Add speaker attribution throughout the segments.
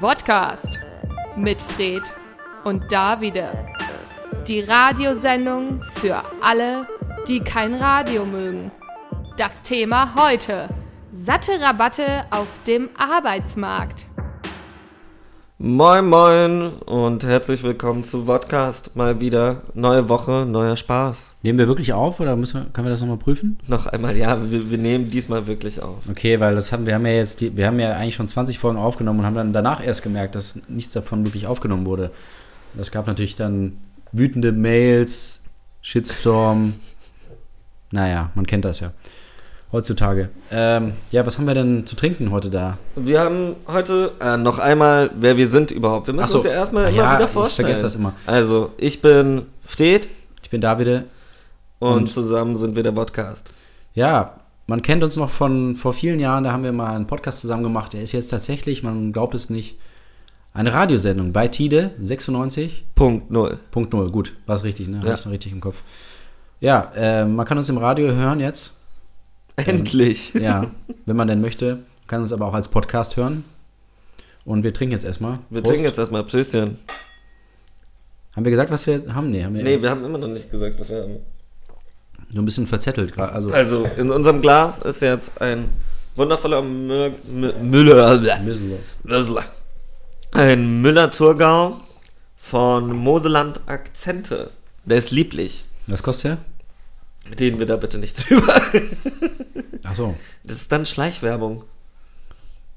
Speaker 1: Podcast mit Fred und Davide. Die Radiosendung für alle, die kein Radio mögen. Das Thema heute: satte Rabatte auf dem Arbeitsmarkt.
Speaker 2: Moin Moin und herzlich willkommen zu Vodcast. Mal wieder neue Woche, neuer Spaß.
Speaker 3: Nehmen wir wirklich auf oder müssen wir, können wir das nochmal prüfen?
Speaker 2: Noch einmal, ja, wir, wir nehmen diesmal wirklich auf.
Speaker 3: Okay, weil das haben wir haben ja jetzt die, wir haben ja eigentlich schon 20 Folgen aufgenommen und haben dann danach erst gemerkt, dass nichts davon wirklich aufgenommen wurde. Und es gab natürlich dann wütende Mails, Shitstorm. naja, man kennt das ja. Heutzutage. Ähm, ja, was haben wir denn zu trinken heute da?
Speaker 2: Wir haben heute äh, noch einmal, wer wir sind überhaupt. Wir müssen
Speaker 3: Ach so.
Speaker 2: uns ja erstmal
Speaker 3: Ah
Speaker 2: immer
Speaker 3: ja,
Speaker 2: wieder
Speaker 3: ich
Speaker 2: vorstellen.
Speaker 3: vergesse das immer.
Speaker 2: Also, ich bin Fred
Speaker 3: Ich bin Davide.
Speaker 2: und,
Speaker 3: Und-
Speaker 2: zusammen sind wir der Podcast.
Speaker 3: Ja, man kennt uns noch von vor vielen Jahren, da haben wir mal einen Podcast zusammen gemacht. Der ist jetzt tatsächlich, man glaubt es nicht, eine Radiosendung bei Tide 96.
Speaker 2: Punkt Null.
Speaker 3: Punkt null, gut, war es richtig, ne? Hab
Speaker 2: Ja.
Speaker 3: ich's noch richtig im Kopf. Ja, äh, man kann uns im Radio hören jetzt. Ähm.
Speaker 2: Endlich.
Speaker 3: Ja, wenn man denn möchte. Man kann uns aber auch als Podcast hören. Und wir trinken jetzt erstmal.
Speaker 2: Wir
Speaker 3: Prost.
Speaker 2: trinken jetzt erstmal Psöschen.
Speaker 3: Haben wir gesagt, was wir haben? Nee, haben wir
Speaker 2: Nee, wir haben immer noch nicht gesagt, was wir haben.
Speaker 3: nur ein bisschen verzettelt gerade. Also,
Speaker 2: Also, in unserem Glas ist jetzt ein wundervoller Mü- Mü- Müller.
Speaker 3: Müsli.
Speaker 2: Würsler. Ein Müller-Thurgau von Moseland Akzente. Der ist lieblich.
Speaker 3: was kostet
Speaker 2: Reden wir da bitte nicht drüber.
Speaker 3: der? Achso.
Speaker 2: Das ist dann Schleichwerbung.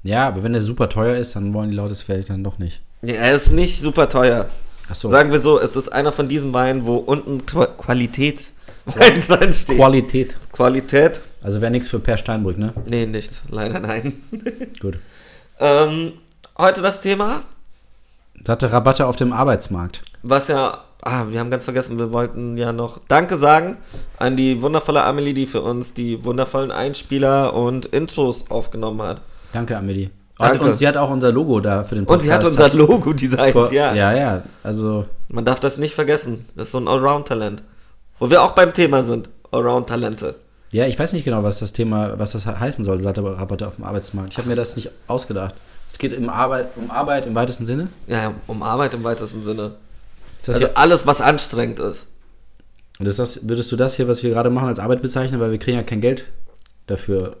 Speaker 3: Ja, aber wenn der super teuer ist, dann wollen die Leute es vielleicht dann doch nicht.
Speaker 2: Ja, er ist nicht super teuer.
Speaker 3: Achso.
Speaker 2: Sagen wir so, es ist einer von diesen Weinen, wo unten Qu- Qualitätswein dran steht.
Speaker 3: Qualität.
Speaker 2: Qualität?
Speaker 3: Also wäre nichts für Per Steinbrück, ne?
Speaker 2: Nee, nichts. Leider nein.
Speaker 3: Gut.
Speaker 2: ähm, heute das Thema,
Speaker 3: Satte Rabatte auf dem Arbeitsmarkt.
Speaker 2: was ja. Ah, wir haben ganz vergessen, wir wollten ja noch Danke sagen an die wundervolle Amelie, die für uns die wundervollen Einspieler und Intros aufgenommen hat.
Speaker 3: Danke, Amelie.
Speaker 2: Danke.
Speaker 3: Und sie hat auch unser Logo da für den
Speaker 2: Und sie hat unser Logo designt,
Speaker 3: Vor,
Speaker 2: ja.
Speaker 3: ja. ja, Also,
Speaker 2: Man darf das nicht vergessen. Das ist so ein Allround-Talent. Wo wir auch beim Thema sind. Allround-Talente.
Speaker 3: ja, ich weiß nicht genau, was das Thema, was das he- heißen soll, Rabatte auf dem Arbeitsmarkt. Ich habe mir das nicht ausgedacht. Es geht im Arbeit, um Arbeit im weitesten Sinne.
Speaker 2: Ja, ja, um Arbeit im weitesten Sinne.
Speaker 3: Ist das
Speaker 2: Also
Speaker 3: hier,
Speaker 2: alles, was anstrengend ist.
Speaker 3: und ist das, würdest du das hier, was wir gerade machen, als Arbeit bezeichnen, weil wir kriegen ja kein Geld dafür?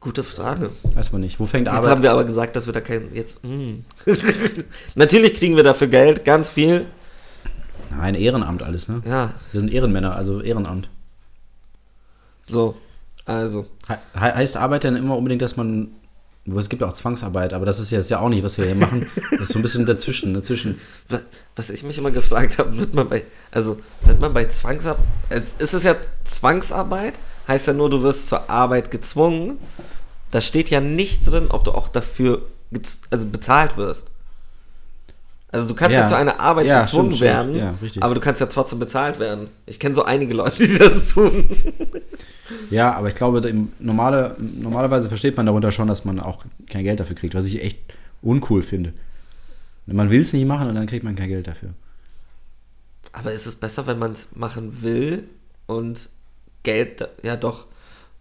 Speaker 2: Gute Frage.
Speaker 3: Weiß man nicht. Wo fängt
Speaker 2: Jetzt
Speaker 3: Arbeit?
Speaker 2: haben wir aber gesagt, dass wir da kein. Jetzt. mm. Natürlich kriegen wir dafür Geld, ganz viel.
Speaker 3: Nein, Ehrenamt alles, ne?
Speaker 2: Ja,
Speaker 3: Wir sind Ehrenmänner, also Ehrenamt.
Speaker 2: so. Also.
Speaker 3: He he- heißt Arbeit denn immer unbedingt, dass man. Wo es gibt ja auch Zwangsarbeit, aber das ist jetzt ja auch nicht, was wir hier machen. Das ist so ein bisschen dazwischen, dazwischen.
Speaker 2: Wa- Was ich mich immer gefragt habe, wird man bei, also wird man bei Zwangsarbeit, es ist es ja Zwangsarbeit, heißt ja nur, du wirst zur Arbeit gezwungen. Da steht ja nichts drin, ob du auch dafür gez, also bezahlt wirst. Also du kannst ja,
Speaker 3: Ja.
Speaker 2: zu einer Arbeit
Speaker 3: Ja,
Speaker 2: gezwungen
Speaker 3: stimmt, stimmt.
Speaker 2: werden,
Speaker 3: Ja, richtig.
Speaker 2: aber du kannst ja trotzdem bezahlt werden. Ich kenne so einige Leute, die das tun.
Speaker 3: Ja, aber ich glaube, im- normale, normalerweise versteht man darunter schon, dass man auch kein Geld dafür kriegt, was ich echt uncool finde. Man will es nicht machen und dann kriegt man kein Geld dafür.
Speaker 2: Aber ist es besser, wenn man es machen will und Geld, da- ja doch,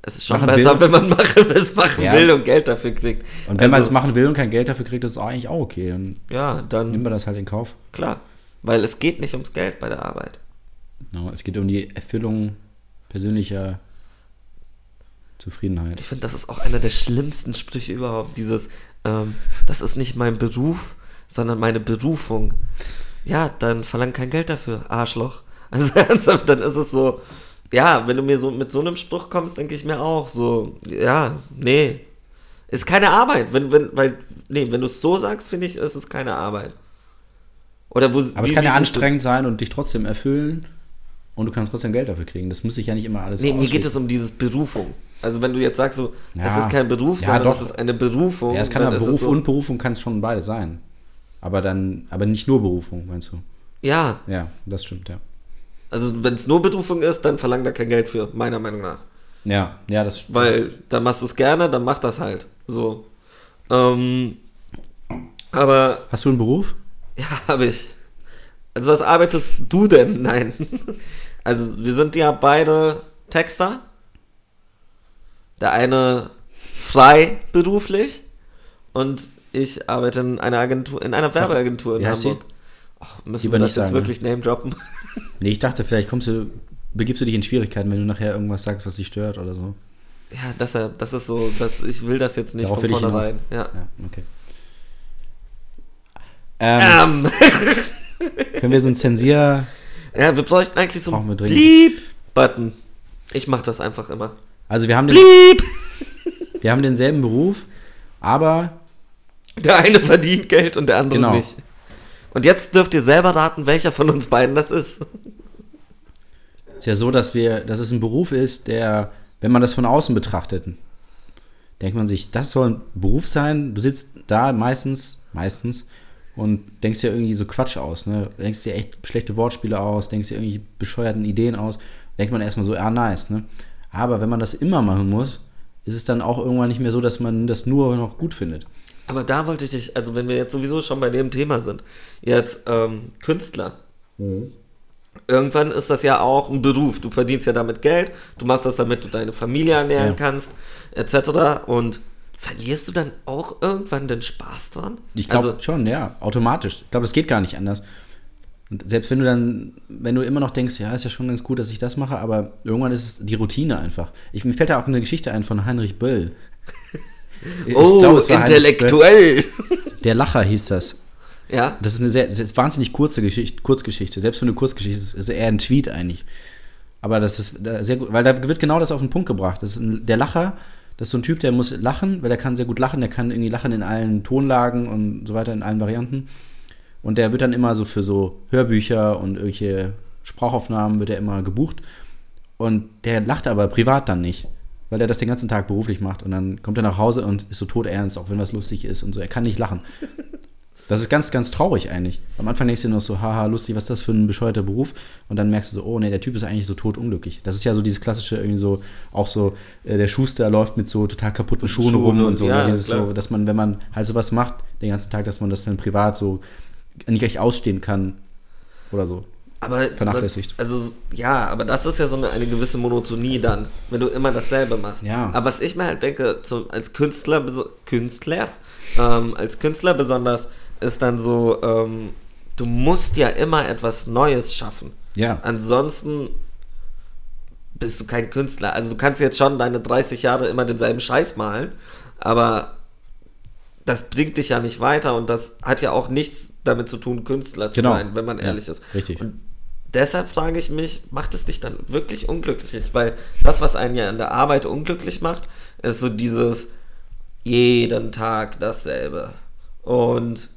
Speaker 2: es ist schon
Speaker 3: Machen
Speaker 2: besser, wenn
Speaker 3: will.
Speaker 2: man machen, es machen
Speaker 3: Ja.
Speaker 2: will und Geld dafür kriegt.
Speaker 3: Und wenn man es
Speaker 2: Also-
Speaker 3: machen will und kein Geld dafür kriegt, ist es eigentlich auch okay. Dann
Speaker 2: Ja, dann
Speaker 3: nimmt man das halt in Kauf.
Speaker 2: Klar, weil es geht nicht ums Geld bei der Arbeit.
Speaker 3: Ja, es geht um die Erfüllung persönlicher Zufriedenheit.
Speaker 2: Ich finde, das ist auch einer der schlimmsten Sprüche überhaupt. Dieses, ähm, das ist nicht mein Beruf, sondern meine Berufung. Ja, dann verlang kein Geld dafür, Arschloch. Also ernsthaft, dann ist es so, ja, wenn du mir so mit so einem Spruch kommst, denke ich mir auch so, ja, nee, ist keine Arbeit. Wenn, wenn, weil, nee, wenn du es so sagst, finde ich, ist es keine Arbeit. Oder wo,
Speaker 3: Aber
Speaker 2: wie-
Speaker 3: es kann
Speaker 2: wie
Speaker 3: ja
Speaker 2: siehst du-
Speaker 3: anstrengend sein und dich trotzdem erfüllen und du kannst trotzdem Geld dafür kriegen. Das muss ich ja nicht immer alles
Speaker 2: Nee, mir geht
Speaker 3: ausschließen.
Speaker 2: es um dieses Berufung. Also wenn du jetzt sagst, so, es
Speaker 3: Ja.
Speaker 2: ist kein Beruf,
Speaker 3: Ja,
Speaker 2: sondern
Speaker 3: doch.
Speaker 2: es ist eine Berufung.
Speaker 3: Ja, es kann
Speaker 2: dann
Speaker 3: ja
Speaker 2: ist
Speaker 3: Beruf
Speaker 2: so,
Speaker 3: und Berufung kann es schon beide sein. Aber dann, aber nicht nur Berufung, meinst du?
Speaker 2: Ja,
Speaker 3: Ja, das stimmt, ja.
Speaker 2: also wenn es nur Berufung ist, dann verlangt er kein Geld für, meiner Meinung nach.
Speaker 3: Ja, ja, das
Speaker 2: Weil dann machst du es gerne, dann mach das halt. So. Ähm, aber,
Speaker 3: Hast du einen Beruf?
Speaker 2: ja, habe ich. Also was arbeitest du denn? Nein. Also wir sind ja beide Texter. Der eine frei beruflich und Ich arbeite in einer Agentur, in einer Werbeagentur in
Speaker 3: Wie heißt die?
Speaker 2: Hamburg. Ach, müssen
Speaker 3: Lieber
Speaker 2: wir das
Speaker 3: nicht
Speaker 2: jetzt
Speaker 3: sagen, ne?
Speaker 2: wirklich name droppen?
Speaker 3: Nee, ich dachte, vielleicht kommst du, begibst du dich in Schwierigkeiten, wenn du nachher irgendwas sagst, was dich stört oder so.
Speaker 2: Ja, das, äh, das ist so, das, ich will das jetzt nicht
Speaker 3: Darauf
Speaker 2: von
Speaker 3: will ich
Speaker 2: vornherein. Ja.
Speaker 3: Ja, okay. Ähm,
Speaker 2: Ähm,
Speaker 3: können wir so ein Zensier.
Speaker 2: ja, wir bräuchten eigentlich so
Speaker 3: Brauchen wir
Speaker 2: einen
Speaker 3: dringend.
Speaker 2: Bleep-Button. Ich mach das einfach immer.
Speaker 3: Also wir haben, den,
Speaker 2: Bleep!
Speaker 3: wir haben denselben Beruf, aber
Speaker 2: Der eine verdient Geld und der andere
Speaker 3: Genau.
Speaker 2: nicht. Und jetzt dürft ihr selber raten, welcher von uns beiden das ist.
Speaker 3: es ist ja so, dass wir, dass es ein Beruf ist, der, wenn man das von außen betrachtet, denkt man sich, das soll ein Beruf sein. Du sitzt da meistens, meistens und denkst dir irgendwie so Quatsch aus, ne? Denkst dir echt schlechte Wortspiele aus, denkst dir irgendwie bescheuerten Ideen aus. Denkt man erstmal so, ah, nice, ne? Aber wenn man das immer machen muss, ist es dann auch irgendwann nicht mehr so, dass man das nur noch gut findet.
Speaker 2: Aber da wollte ich dich, also wenn wir jetzt sowieso schon bei dem Thema sind, jetzt ähm, Künstler.
Speaker 3: Mhm.
Speaker 2: Irgendwann ist das ja auch ein Beruf. Du verdienst ja damit Geld, du machst das, damit du deine Familie ernähren
Speaker 3: Ja.
Speaker 2: kannst, etc. Und verlierst du dann auch irgendwann den Spaß dran?
Speaker 3: Ich glaube
Speaker 2: also,
Speaker 3: schon, ja, automatisch. Ich glaube, es geht gar nicht anders. Und selbst wenn du dann, wenn du immer noch denkst, ja, ist ja schon ganz gut, dass ich das mache, aber irgendwann ist es die Routine einfach. Ich, mir fällt da auch eine Geschichte ein von Heinrich Böll. Ich
Speaker 2: oh,
Speaker 3: glaub, es war Heinrich
Speaker 2: intellektuell.
Speaker 3: Böll. Der Lacher hieß das.
Speaker 2: ja,
Speaker 3: Das ist eine sehr, das ist eine wahnsinnig kurze Geschichte, Kurzgeschichte. Selbst für eine Kurzgeschichte ist es eher ein Tweet eigentlich. Aber das ist da sehr gut, weil da wird genau das auf den Punkt gebracht. Das ist ein, der Lacher, das ist so ein Typ, der muss lachen, weil der kann sehr gut lachen, der kann irgendwie lachen in allen Tonlagen und so weiter, in allen Varianten. Und der wird dann immer so für so Hörbücher und irgendwelche Sprachaufnahmen wird er immer gebucht. Und der lacht aber privat dann nicht, weil er das den ganzen Tag beruflich macht. Und dann kommt er nach Hause und ist so todernst, auch wenn was lustig ist und so. Er kann nicht lachen. Das ist ganz, ganz traurig eigentlich. Am Anfang denkst du dir noch so, haha, lustig, was ist das für ein bescheuerter Beruf? Und dann merkst du so, oh nee, der Typ ist eigentlich so totunglücklich. Das ist ja so dieses klassische, irgendwie so, auch so, äh, der Schuster läuft mit so total kaputten Schuhen
Speaker 2: Schuhen
Speaker 3: rum
Speaker 2: und-
Speaker 3: und so.
Speaker 2: ja,
Speaker 3: ne? dieses
Speaker 2: klar.
Speaker 3: so, dass man, wenn man halt sowas macht, den ganzen Tag, dass man das dann privat so nicht gleich ausstehen kann oder so.
Speaker 2: aber.
Speaker 3: Vernachlässigt.
Speaker 2: Also, ja, aber das ist ja so eine, eine gewisse Monotonie dann, wenn du immer dasselbe machst.
Speaker 3: Ja.
Speaker 2: Aber was ich mir halt denke, zum, als Künstler, beso- Künstler, ähm, als Künstler besonders, ist dann so, ähm, du musst ja immer etwas Neues schaffen.
Speaker 3: Ja.
Speaker 2: Ansonsten bist du kein Künstler. Also du kannst jetzt schon deine 30 Jahre immer denselben Scheiß malen, aber das bringt dich ja nicht weiter und das hat ja auch nichts damit zu tun, Künstler zu
Speaker 3: Genau.
Speaker 2: sein, wenn man
Speaker 3: Ja,
Speaker 2: ehrlich ist.
Speaker 3: richtig.
Speaker 2: Und deshalb frage ich mich, macht es dich dann wirklich unglücklich? Weil das, was einen ja in der Arbeit unglücklich macht, ist so dieses jeden Tag dasselbe. Und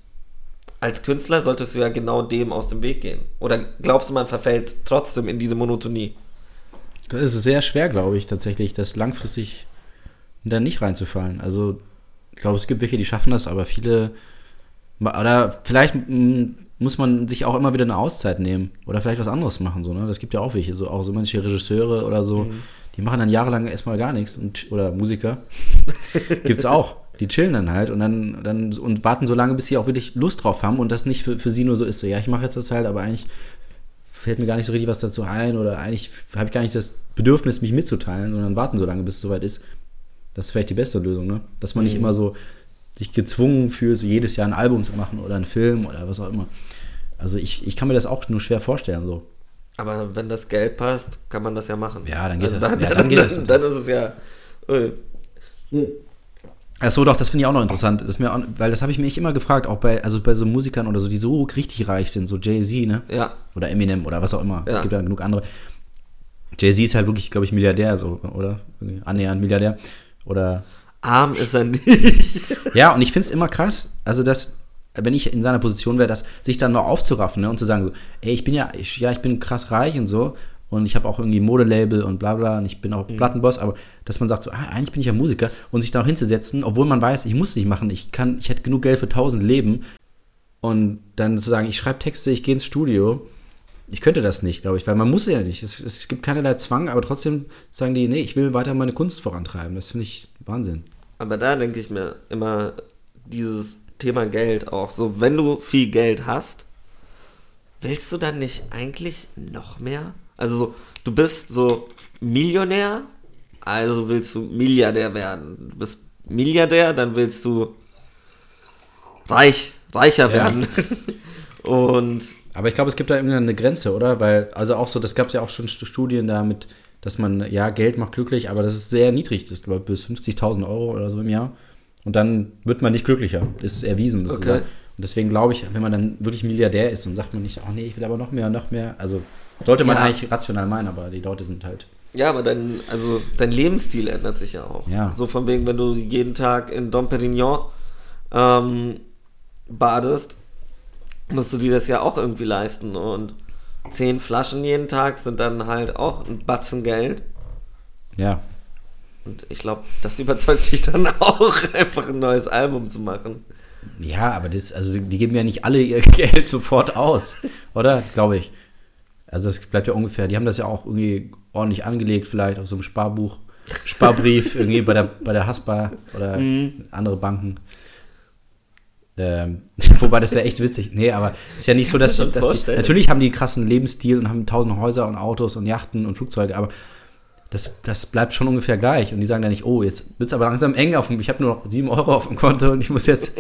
Speaker 2: als Künstler solltest du ja genau dem aus dem Weg gehen. Oder glaubst du, man verfällt trotzdem in diese Monotonie?
Speaker 3: Das ist sehr schwer, glaube ich, tatsächlich, das langfristig da nicht reinzufallen. Also, ich glaube, es gibt welche, die schaffen das, aber viele. Oder vielleicht mm, muss man sich auch immer wieder eine Auszeit nehmen oder vielleicht was anderes machen. So, ne? Das gibt ja auch welche, so auch so manche Regisseure oder so, die machen dann jahrelang erstmal gar nichts und, oder Musiker. Gibt's auch. Die chillen dann halt und dann, dann und warten so lange, bis sie auch wirklich Lust drauf haben und das nicht für, für sie nur so ist. So, ja, ich mache jetzt das halt, aber eigentlich fällt mir gar nicht so richtig was dazu ein oder eigentlich habe ich gar nicht das Bedürfnis, mich mitzuteilen, sondern warten so lange, bis es soweit ist. Das ist vielleicht die beste Lösung, ne? Dass man nicht
Speaker 2: Mhm.
Speaker 3: immer so sich gezwungen fühlt, so jedes Jahr ein Album zu machen oder einen Film oder was auch immer. Also ich, ich kann mir das auch nur schwer vorstellen, so.
Speaker 2: Aber wenn das Geld passt, kann man das ja machen.
Speaker 3: Ja, dann geht
Speaker 2: also
Speaker 3: das.
Speaker 2: Dann,
Speaker 3: Ja,
Speaker 2: dann,
Speaker 3: dann geht das.
Speaker 2: dann, dann ist es ja. äh,
Speaker 3: Ach so, doch, das finde ich auch noch interessant. Das ist mir auch, weil das habe ich mich immer gefragt, auch bei, also bei so Musikern oder so, die so richtig reich sind, so Jay-Z, ne?
Speaker 2: Ja.
Speaker 3: Oder Eminem oder was auch immer.
Speaker 2: Ja.
Speaker 3: Es gibt ja genug andere. Jay-Z ist halt wirklich, glaube ich, Milliardär, so, oder? Irgendwie Annähernd Milliardär. Oder
Speaker 2: Arm ist er nicht.
Speaker 3: Ja, und ich finde es immer krass, also dass, wenn ich in seiner Position wäre, dass sich dann mal aufzuraffen ne, und zu sagen, so, ey, ich bin ja, ich, ja, ich bin krass reich und so und ich habe auch irgendwie ein Modelabel und bla bla und ich bin auch Plattenboss, aber dass man sagt, so, ah, eigentlich bin ich ja Musiker und sich dann auch hinzusetzen, obwohl man weiß, ich muss nicht machen, ich kann, ich hätte genug Geld für tausend Leben und dann zu sagen, ich schreibe Texte, ich gehe ins Studio. Ich könnte das nicht, glaube ich, weil man muss ja nicht. Es, es gibt keinerlei Zwang, aber trotzdem sagen die, nee, ich will weiter meine Kunst vorantreiben. Das finde ich Wahnsinn.
Speaker 2: Aber da denke ich mir immer dieses Thema Geld auch. So, wenn du viel Geld hast, willst du dann nicht eigentlich noch mehr? Also, so, du bist so Millionär, also willst du Milliardär werden. Du bist Milliardär, dann willst du reich, reicher
Speaker 3: Ja.
Speaker 2: werden. Und
Speaker 3: Aber ich glaube, es gibt da irgendeine Grenze, oder? Weil, also auch so, das gab es ja auch schon St- Studien damit, dass man, ja, Geld macht glücklich, aber das ist sehr niedrig, das ist, glaube ich, bis 50.000 Euro oder so im Jahr. Und dann wird man nicht glücklicher. Das ist erwiesen. sozusagen.
Speaker 2: Okay.
Speaker 3: Und deswegen glaube ich, wenn man dann wirklich Milliardär ist, dann sagt man nicht, oh nee, ich will aber noch mehr, noch mehr. Also sollte man
Speaker 2: Ja.
Speaker 3: eigentlich rational meinen, aber die Leute sind halt.
Speaker 2: Ja, aber dein, also dein Lebensstil ändert sich ja auch.
Speaker 3: Ja.
Speaker 2: So von wegen, wenn du jeden Tag in Dom Perignon ähm, badest, musst du dir das ja auch irgendwie leisten. Und zehn Flaschen jeden Tag sind dann halt auch ein Batzen Geld.
Speaker 3: Ja.
Speaker 2: Und ich glaube, das überzeugt dich dann auch, einfach ein neues Album zu machen.
Speaker 3: Ja, aber das, also die geben ja nicht alle ihr Geld sofort aus, oder? Glaube ich. Also das bleibt ja ungefähr. Die haben das ja auch irgendwie ordentlich angelegt, vielleicht auf so einem Sparbuch, Sparbrief, irgendwie bei der, bei der Haspa oder
Speaker 2: Mhm.
Speaker 3: andere Banken. Ähm, wobei das wäre echt witzig. Nee, aber ist ja nicht so, dass,
Speaker 2: Kannst du dir
Speaker 3: dass die,
Speaker 2: vorstellen?
Speaker 3: natürlich haben die einen krassen Lebensstil und haben tausend Häuser und Autos und Yachten und Flugzeuge, aber das, das bleibt schon ungefähr gleich. Und die sagen dann nicht, oh, jetzt wird es aber langsam eng auf dem, ich habe nur noch 7 Euro auf dem Konto und ich muss jetzt,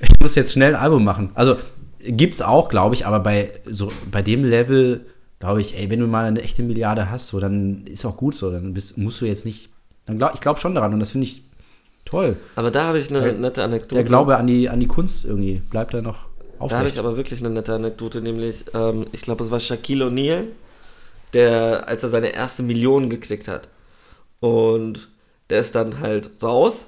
Speaker 3: ich muss jetzt schnell ein Album machen. Also gibt's auch, glaube ich, aber bei so bei dem Level, glaube ich, ey, wenn du mal eine echte Milliarde hast, so, dann ist auch gut so. Dann bist, musst du jetzt nicht. Dann glaub, ich glaube schon daran und das finde ich toll.
Speaker 2: Aber da habe ich eine
Speaker 3: Der-
Speaker 2: nette Anekdote.
Speaker 3: Der Glaube an die, an die Kunst irgendwie bleibt da noch
Speaker 2: Da habe ich
Speaker 3: aufrecht.
Speaker 2: aber wirklich eine nette Anekdote, nämlich, ähm, ich glaube, es war Shaquille O'Neal, der, als er seine erste Million gekriegt hat. Und der ist dann halt raus,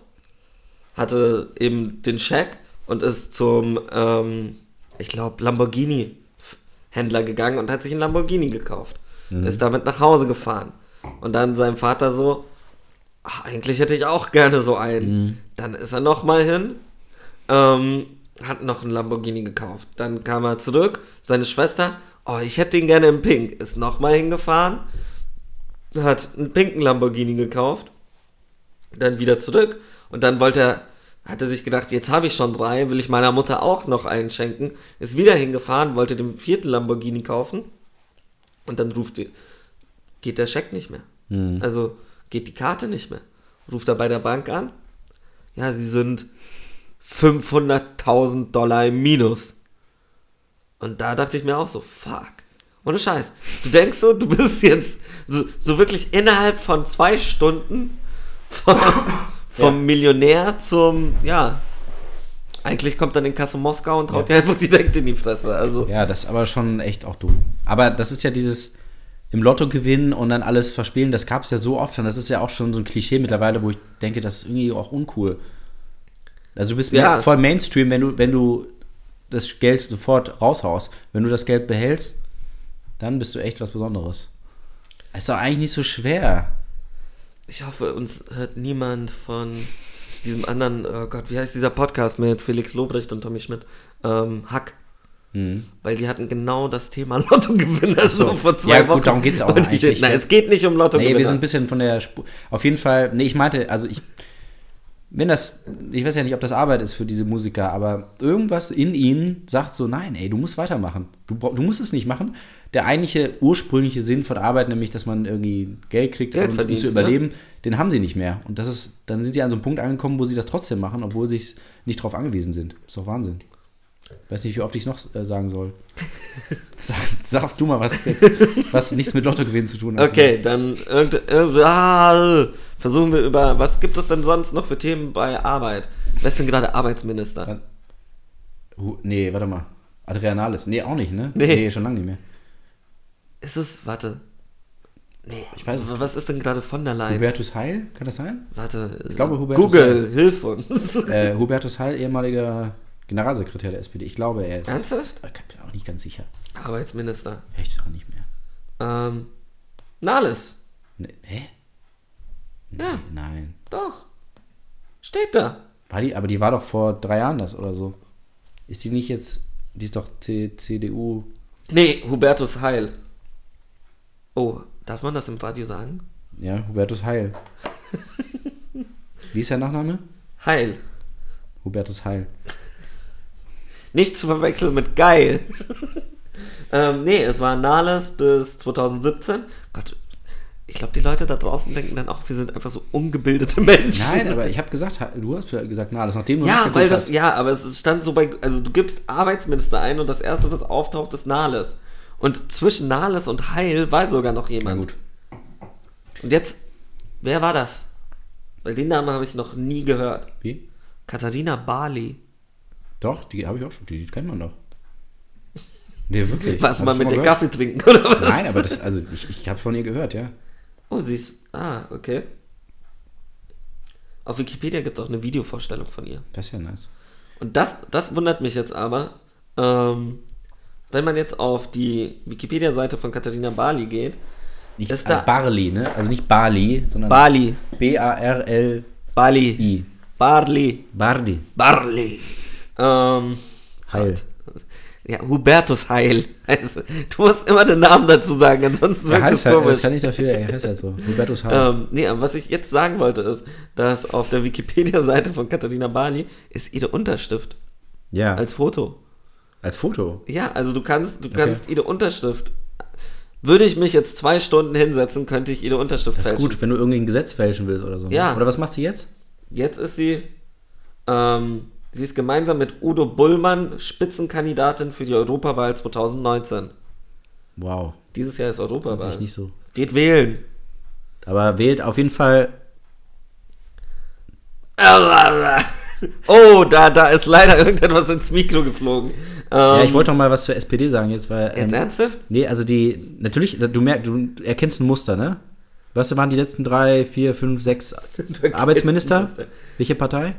Speaker 2: hatte eben den Scheck und ist zum, ähm, ich glaube, Lamborghini-Händler gegangen und hat sich einen Lamborghini gekauft. Ist damit nach Hause gefahren. Und dann seinem Vater so, ach, eigentlich hätte ich auch gerne so einen. Dann ist er nochmal hin, ähm, hat noch einen Lamborghini gekauft. Dann kam er zurück, seine Schwester, oh, ich hätte ihn gerne in Pink, ist nochmal hingefahren, hat einen pinken Lamborghini gekauft, dann wieder zurück und dann wollte er, hatte sich gedacht, jetzt habe ich schon drei, will ich meiner Mutter auch noch einen schenken, ist wieder hingefahren, wollte den vierten Lamborghini kaufen und dann ruft die, geht der Scheck nicht mehr. Also geht die Karte nicht mehr. Ruft er bei der Bank an, ja, sie sind 500.000 Dollar im Minus. Und da dachte ich mir auch so, fuck. Ohne Scheiß. Du denkst so, du bist jetzt so, so wirklich innerhalb von zwei Stunden vom, vom Millionär zum, ja. Eigentlich kommt dann in Kasse Moskau und haut dir einfach direkt in die Fresse. Also,
Speaker 3: Ja, das ist aber schon echt auch dumm. Aber das ist ja dieses im Lotto gewinnen und dann alles verspielen, das gab es ja so oft und das ist ja auch schon so ein Klischee mittlerweile, wo ich denke, das ist irgendwie auch uncool. Also du bist
Speaker 2: Ja.
Speaker 3: mehr voll Mainstream, wenn du, wenn du das Geld sofort raushaust. Wenn du das Geld behältst, dann bist du echt was Besonderes. Ist doch eigentlich nicht so schwer.
Speaker 2: ich hoffe, uns hört niemand von diesem anderen, oh Gott, wie heißt dieser Podcast mit Felix Lobrecht und Tommy Schmidt? Ähm, Hack.
Speaker 3: Mhm.
Speaker 2: Weil die hatten genau das Thema Lottogewinner so. vor zwei
Speaker 3: Ja, gut,
Speaker 2: Wochen.
Speaker 3: darum geht's auch
Speaker 2: Und
Speaker 3: eigentlich
Speaker 2: ich,
Speaker 3: nicht,
Speaker 2: Nein,
Speaker 3: ne?
Speaker 2: es geht nicht um Lottogewinner.
Speaker 3: Nee, wir sind ein bisschen von der Spur. Auf jeden Fall, nee, ich meinte, also ich, wenn das, ich weiß ja nicht, ob das Arbeit ist für diese Musiker, aber irgendwas in ihnen sagt so, nein, ey, du musst weitermachen. Du, brauch- du musst es nicht machen. Der eigentliche ursprüngliche Sinn von Arbeit, nämlich, dass man irgendwie Geld kriegt,
Speaker 2: Geld
Speaker 3: um, um
Speaker 2: verdient,
Speaker 3: zu überleben, den haben sie nicht mehr. Und das ist, dann sind sie an so einem Punkt angekommen, wo sie das trotzdem machen, obwohl sie nicht drauf angewiesen sind. Ist doch Wahnsinn. Weiß nicht, wie oft ich es noch äh, sagen soll. sag, sag du mal was jetzt, was nichts mit Lottogewinn zu tun hat.
Speaker 2: Okay, dann irgend, irgend, ah, versuchen wir über, was gibt es denn sonst noch für Themen bei Arbeit? Wer ist denn gerade Arbeitsminister?
Speaker 3: Dann- Hu- Nee, warte mal. Adrianalis. Nee, auch nicht, ne?
Speaker 2: Nee.
Speaker 3: schon lange nicht mehr.
Speaker 2: Ist es, warte. Nee,
Speaker 3: Ich weiß es
Speaker 2: Was ist denn gerade von der Leyen?
Speaker 3: Hubertus Heil, kann das sein?
Speaker 2: warte, ich
Speaker 3: glaube, Hubertus
Speaker 2: Google, hilf uns.
Speaker 3: Äh, Hubertus Heil, ehemaliger Generalsekretär der SPD. Ich glaube, er ist.
Speaker 2: Ernsthaft?
Speaker 3: Ich bin auch nicht ganz sicher.
Speaker 2: Arbeitsminister.
Speaker 3: Echt auch nicht mehr.
Speaker 2: Ähm, Nahles,
Speaker 3: Nee, hä?
Speaker 2: Ja.
Speaker 3: Nein.
Speaker 2: doch. Steht da.
Speaker 3: War die, aber die war doch vor drei Jahren das oder so. Ist die nicht jetzt. Die ist doch C, CDU.
Speaker 2: Nee, Hubertus Heil. Oh, darf man das im Radio sagen?
Speaker 3: Ja, Hubertus Heil. Wie ist der Nachname?
Speaker 2: Heil.
Speaker 3: Hubertus Heil.
Speaker 2: Nicht zu verwechseln mit geil. ähm, nee, es war Nahles bis 2017. Gott, Ich glaube, die Leute da draußen denken dann auch, wir sind einfach so ungebildete Menschen.
Speaker 3: Nein, aber ich habe gesagt, ha- du hast gesagt, na, das nachdem du
Speaker 2: ja,
Speaker 3: nachgeguckt
Speaker 2: weil das,
Speaker 3: hast.
Speaker 2: ja, aber es stand so bei, also du gibst Arbeitsminister ein und das erste, was auftaucht, ist Nahles. Und zwischen Nahles und Heil war sogar noch
Speaker 3: Na
Speaker 2: jemand.
Speaker 3: gut.
Speaker 2: Und jetzt, wer war das? Weil den Namen habe ich noch nie gehört.
Speaker 3: Wie?
Speaker 2: Katharina Barley.
Speaker 3: Doch, die habe ich auch schon. Die kennt man doch. Nee, wirklich.
Speaker 2: Was,
Speaker 3: Hab
Speaker 2: mal
Speaker 3: ich schon
Speaker 2: mit dem
Speaker 3: gehört.
Speaker 2: Kaffee trinken, oder was?
Speaker 3: Nein, aber das, also ich, ich habe von ihr gehört, ja.
Speaker 2: Oh, sie ist. Ah, okay. Auf Wikipedia gibt es auch eine Videovorstellung von ihr.
Speaker 3: Das ist ja nice.
Speaker 2: Und das, das wundert mich jetzt aber. Ähm, wenn man jetzt auf die Wikipedia-Seite von Katharina Barley geht,
Speaker 3: Nicht
Speaker 2: Ist
Speaker 3: ist
Speaker 2: da-
Speaker 3: Barley, ne? Also nicht Bali, sondern
Speaker 2: Bali,
Speaker 3: B-A-R-L-I.
Speaker 2: Bali, Barley,
Speaker 3: Bardi.
Speaker 2: Barley. Ähm,
Speaker 3: Heil.
Speaker 2: ja, Hubertus Heil. Also, du musst immer den Namen dazu sagen, ansonsten
Speaker 3: Er
Speaker 2: wirkt es
Speaker 3: heißt halt, das
Speaker 2: komisch.
Speaker 3: kann ich dafür, er heißt halt so. Hubertus Heil.
Speaker 2: Ähm, nee, aber was ich jetzt sagen wollte ist, dass auf der Wikipedia-Seite von Katharina Barley ist ihre Unterschrift
Speaker 3: ja, als,
Speaker 2: als Foto.
Speaker 3: Foto.
Speaker 2: Ja, also du kannst, du kannst jede Unterschrift. Würde ich mich jetzt zwei Stunden hinsetzen, könnte ich jede Unterschrift
Speaker 3: Das ist
Speaker 2: fälschen.
Speaker 3: gut, wenn du irgendwie ein Gesetz fälschen willst oder so. ne?
Speaker 2: Ja.
Speaker 3: Oder was macht sie jetzt?
Speaker 2: Jetzt ist sie, ähm, sie ist gemeinsam mit Udo Bullmann Spitzenkandidatin für die Europawahl 2019.
Speaker 3: Wow,
Speaker 2: Dieses Jahr ist Europawahl.
Speaker 3: natürlich nicht so.
Speaker 2: Geht wählen.
Speaker 3: Aber wählt auf jeden Fall.
Speaker 2: Oh, da, da ist leider irgendetwas ins Mikro geflogen. Ähm,
Speaker 3: Ja, ich wollte noch mal was zur SPD sagen jetzt, weil.
Speaker 2: Jetzt
Speaker 3: ähm,
Speaker 2: ernsthaft?
Speaker 3: nee, also die. Natürlich, du merkst, du erkennst ein Muster, ne? Was waren die letzten drei, vier, fünf, sechs
Speaker 2: erkennst ein
Speaker 3: Arbeitsminister?
Speaker 2: Muster.
Speaker 3: Welche Partei?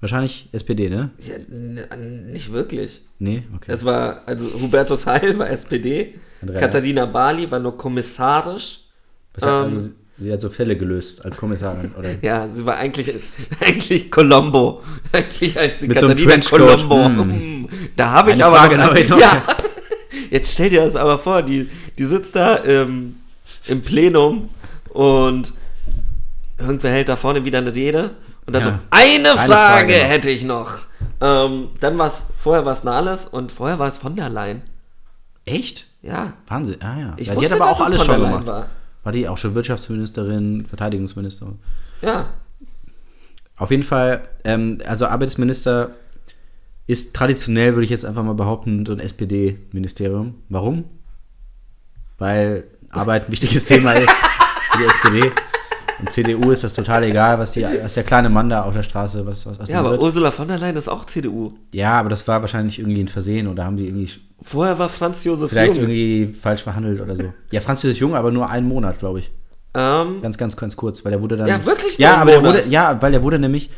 Speaker 3: Wahrscheinlich SPD, ne?
Speaker 2: Ja, n- n- nicht wirklich.
Speaker 3: Nee, okay.
Speaker 2: Es war, also Hubertus Heil war SPD,
Speaker 3: Andrea.
Speaker 2: Katharina Barley war nur kommissarisch.
Speaker 3: Was hat,
Speaker 2: ähm,
Speaker 3: also, sie- sie hat so Fälle gelöst als Kommissarin, oder?
Speaker 2: Ja, sie war eigentlich, eigentlich Colombo. Eigentlich heißt sie
Speaker 3: Mit so einem
Speaker 2: Katharina
Speaker 3: Trenchcoat.
Speaker 2: Colombo.
Speaker 3: Hm.
Speaker 2: Da habe ich
Speaker 3: Eine
Speaker 2: aber
Speaker 3: Frage
Speaker 2: noch,
Speaker 3: noch, ich noch-
Speaker 2: ja. Jetzt stell dir das aber vor, die, die sitzt da im, im Plenum und irgendwer hält da vorne wieder eine Rede und dann
Speaker 3: Ja.
Speaker 2: so, eine,
Speaker 3: Eine
Speaker 2: Frage,
Speaker 3: Frage noch."
Speaker 2: hätte ich noch. Ähm, dann war es, vorher war es Nahles und vorher war es von der Leyen.
Speaker 3: Echt?
Speaker 2: Ja,
Speaker 3: Wahnsinn, ah ja.
Speaker 2: Ich
Speaker 3: ja die hat
Speaker 2: wusste,
Speaker 3: aber
Speaker 2: dass
Speaker 3: auch
Speaker 2: es
Speaker 3: alles
Speaker 2: von der
Speaker 3: schon
Speaker 2: Leyen
Speaker 3: gemacht. War.
Speaker 2: war.
Speaker 3: die auch schon Wirtschaftsministerin, Verteidigungsministerin?
Speaker 2: Ja,
Speaker 3: Auf jeden Fall, ähm, also Arbeitsminister ist traditionell, würde ich jetzt einfach mal behaupten, so ein SPD-Ministerium. Warum? Weil Arbeit ein wichtiges Thema ist für die SPD. Und CDU ist das total egal, was, die, was der kleine Mann da auf der Straße, was, was, was
Speaker 2: ja
Speaker 3: dem
Speaker 2: aber
Speaker 3: wird.
Speaker 2: Ursula von der Leyen ist auch CDU.
Speaker 3: ja, aber das war wahrscheinlich irgendwie ein Versehen oder haben die irgendwie sch-
Speaker 2: Vorher war Franz Josef
Speaker 3: vielleicht
Speaker 2: Jung.
Speaker 3: irgendwie falsch verhandelt oder so. Ja, Franz Josef Jung, aber nur einen Monat, glaube ich.
Speaker 2: Ähm,
Speaker 3: Ganz, ganz, ganz kurz, weil der wurde dann.
Speaker 2: Ja, wirklich nur
Speaker 3: Ja,
Speaker 2: einen
Speaker 3: aber der
Speaker 2: Monat.
Speaker 3: wurde, ja, weil der wurde nämlich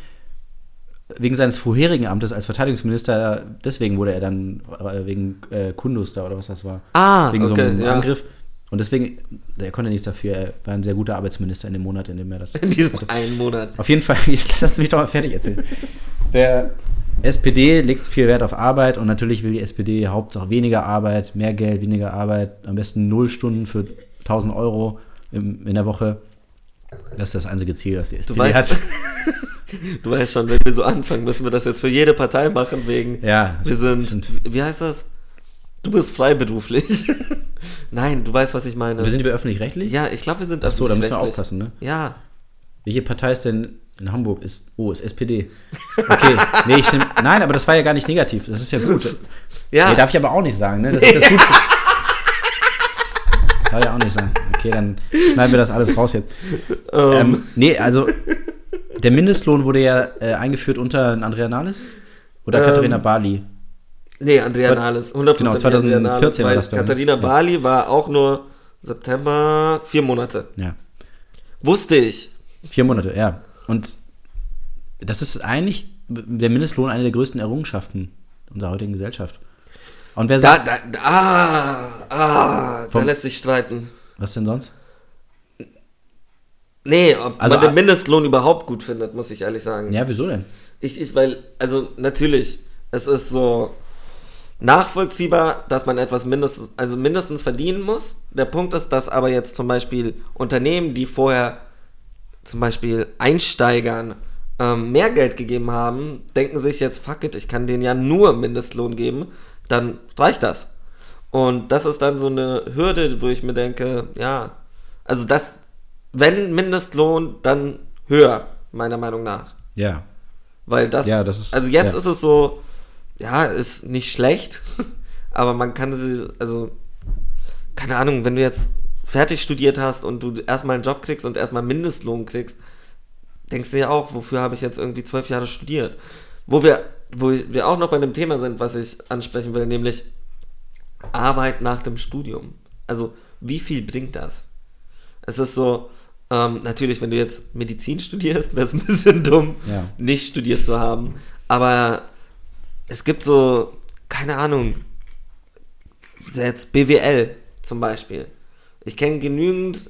Speaker 3: wegen seines vorherigen Amtes als Verteidigungsminister, deswegen wurde er dann äh, wegen äh, Kundus da oder was das war.
Speaker 2: Ah,
Speaker 3: wegen so
Speaker 2: okay,
Speaker 3: einem
Speaker 2: ja.
Speaker 3: Angriff. Und deswegen, er konnte nichts dafür, er war ein sehr guter Arbeitsminister in dem Monat, in dem er das.
Speaker 2: in diesem einen Monat.
Speaker 3: Auf jeden Fall, jetzt lass mich doch mal fertig erzählen. Der SPD legt viel Wert auf Arbeit und natürlich will die SPD Hauptsache weniger Arbeit, mehr Geld, weniger Arbeit, am besten null Stunden für 1000 Euro im, in der Woche. Das ist das einzige Ziel, das die SPD
Speaker 2: weißt-
Speaker 3: hat.
Speaker 2: Du weißt schon, wenn wir so anfangen, müssen wir das jetzt für jede Partei machen, wegen.
Speaker 3: Ja,
Speaker 2: Wir sind.
Speaker 3: stimmt.
Speaker 2: Wie heißt das? Du bist freiberuflich. Nein, du weißt, was ich meine.
Speaker 3: Wir sind wir öffentlich-rechtlich?
Speaker 2: ja, ich glaube, wir sind.
Speaker 3: Achso, da müssen wir
Speaker 2: öffentlich-rechtlich.
Speaker 3: aufpassen, ne?
Speaker 2: Ja.
Speaker 3: Welche Partei ist denn in Hamburg? Ist, oh, ist SPD. Okay, nee, ich nehm, nein, aber das war ja gar nicht negativ. Das ist ja gut.
Speaker 2: Ja.
Speaker 3: Nee, darf ich aber auch nicht sagen, ne? Das ist das Gute. darf ich auch nicht sagen. Okay, dann schneiden wir das alles raus jetzt. Ähm, nee, also der Mindestlohn wurde ja äh, eingeführt unter Andrea Nahles oder
Speaker 2: Ähm,
Speaker 3: Katharina Barley.
Speaker 2: nee, Andrea Nahles. 100%
Speaker 3: Genau, 2014
Speaker 2: Andrea Nahles,
Speaker 3: war
Speaker 2: weil
Speaker 3: das, glaub ich, ne?
Speaker 2: Katharina
Speaker 3: Ja.
Speaker 2: Barley war auch nur September vier Monate.
Speaker 3: Ja.
Speaker 2: Wusste ich.
Speaker 3: Vier Monate, ja. Und das ist eigentlich der Mindestlohn eine der größten Errungenschaften unserer heutigen Gesellschaft. Und wer
Speaker 2: Da,
Speaker 3: sagt,
Speaker 2: da, da, ah, ah, da
Speaker 3: Also- Vom-
Speaker 2: lässt sich streiten.
Speaker 3: was denn sonst?
Speaker 2: Nee, ob
Speaker 3: Also,
Speaker 2: man den
Speaker 3: ah-
Speaker 2: Mindestlohn überhaupt gut findet, muss ich ehrlich sagen.
Speaker 3: Ja, wieso denn?
Speaker 2: Ich, ich, weil, also natürlich, es ist so nachvollziehbar, dass man etwas mindestens, also mindestens verdienen muss. Der Punkt ist, dass aber jetzt zum Beispiel Unternehmen, die vorher zum Beispiel Einsteigern ähm, mehr Geld gegeben haben, denken sich jetzt, fuck it, ich kann denen ja nur Mindestlohn geben, dann reicht das. Und das ist dann so eine Hürde, wo ich mir denke, ja, Also das, wenn Mindestlohn, dann höher, meiner Meinung nach.
Speaker 3: Ja.
Speaker 2: Weil das,
Speaker 3: Ja, das ist-
Speaker 2: also jetzt
Speaker 3: ja.
Speaker 2: ist es so, ja, ist nicht schlecht, aber man kann sie, also, keine Ahnung, wenn du jetzt fertig studiert hast und du erstmal einen Job kriegst und erstmal Mindestlohn kriegst, denkst du ja auch, wofür habe ich jetzt irgendwie zwölf Jahre studiert? Wo wir, wo wir auch noch bei einem Thema sind, was ich ansprechen will, nämlich Arbeit nach dem Studium. Also, wie viel bringt das? Es ist so, ähm, natürlich, wenn du jetzt Medizin studierst, wäre es ein bisschen dumm,
Speaker 3: Ja.
Speaker 2: nicht studiert zu haben. Aber es gibt so, keine Ahnung, jetzt BWL zum Beispiel. Ich kenne genügend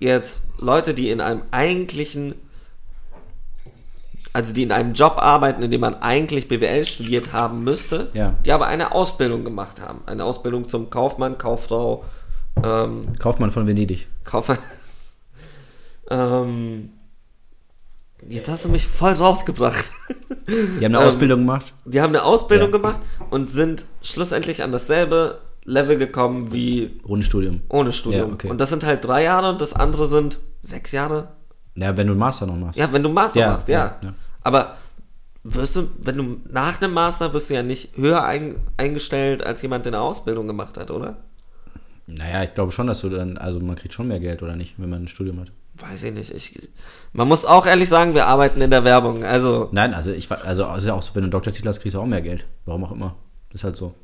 Speaker 2: jetzt Leute, die in einem eigentlichen, also die in einem Job arbeiten, in dem man eigentlich BWL studiert haben müsste,
Speaker 3: Ja.
Speaker 2: die aber eine Ausbildung gemacht haben. Eine Ausbildung zum Kaufmann, Kauffrau, ähm,
Speaker 3: Kaufmann von Venedig.
Speaker 2: Kaufe. ähm, jetzt hast du mich voll rausgebracht.
Speaker 3: Die haben eine
Speaker 2: Ähm,
Speaker 3: Ausbildung gemacht.
Speaker 2: Die haben eine Ausbildung
Speaker 3: Ja.
Speaker 2: gemacht und sind schlussendlich an dasselbe Level gekommen wie
Speaker 3: Ohne Studium.
Speaker 2: ohne Studium.
Speaker 3: Ja, okay.
Speaker 2: Und das sind halt drei Jahre und das andere sind sechs Jahre.
Speaker 3: Ja, wenn du einen Master noch machst.
Speaker 2: Ja, wenn du einen Master
Speaker 3: Ja,
Speaker 2: machst, ja.
Speaker 3: ja, ja.
Speaker 2: Aber wirst du, wenn du nach einem Master wirst du ja nicht höher ein, eingestellt als jemand, der eine Ausbildung gemacht hat, oder?
Speaker 3: Naja, ich glaube schon, dass du dann, also man kriegt schon mehr Geld, oder nicht, wenn man ein Studium hat.
Speaker 2: Weiß ich nicht. Ich, man muss auch ehrlich sagen, wir arbeiten in der Werbung. Also
Speaker 3: Nein, also ich wa- also es ist ja auch so, wenn du einen Doktortitel hast, kriegst du auch mehr Geld. Warum auch immer. Ist halt so.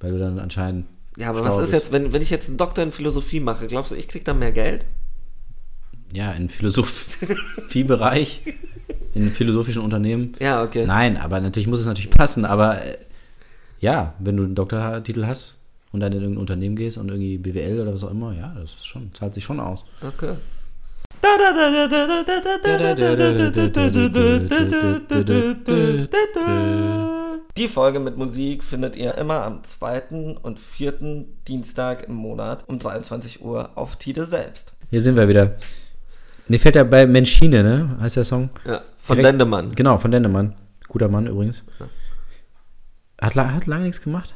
Speaker 3: Weil du dann anscheinend.
Speaker 2: Ja, aber
Speaker 3: schlauer
Speaker 2: was ist
Speaker 3: bist.
Speaker 2: jetzt, wenn, wenn ich jetzt einen Doktor in Philosophie mache, glaubst du, ich krieg da mehr Geld?
Speaker 3: Ja, in Philosophiebereich, in philosophischen Unternehmen.
Speaker 2: Ja, okay.
Speaker 3: Nein, aber natürlich muss es natürlich passen, aber äh, ja, wenn du einen Doktortitel hast und dann in irgendein Unternehmen gehst und irgendwie BWL oder was auch immer, ja, das ist schon, zahlt sich schon aus.
Speaker 2: Okay. Die Folge mit Musik findet ihr immer am zweiten und vierten Dienstag im Monat um 23 Uhr auf Tide selbst.
Speaker 3: Hier sind wir wieder. Mir fällt ja bei Menschine, ne? Heißt der Song?
Speaker 2: Ja, von
Speaker 3: Direkt-
Speaker 2: Dendemann.
Speaker 3: Genau, von Dendemann. Guter Mann übrigens. Hat, la- hat lange nichts gemacht.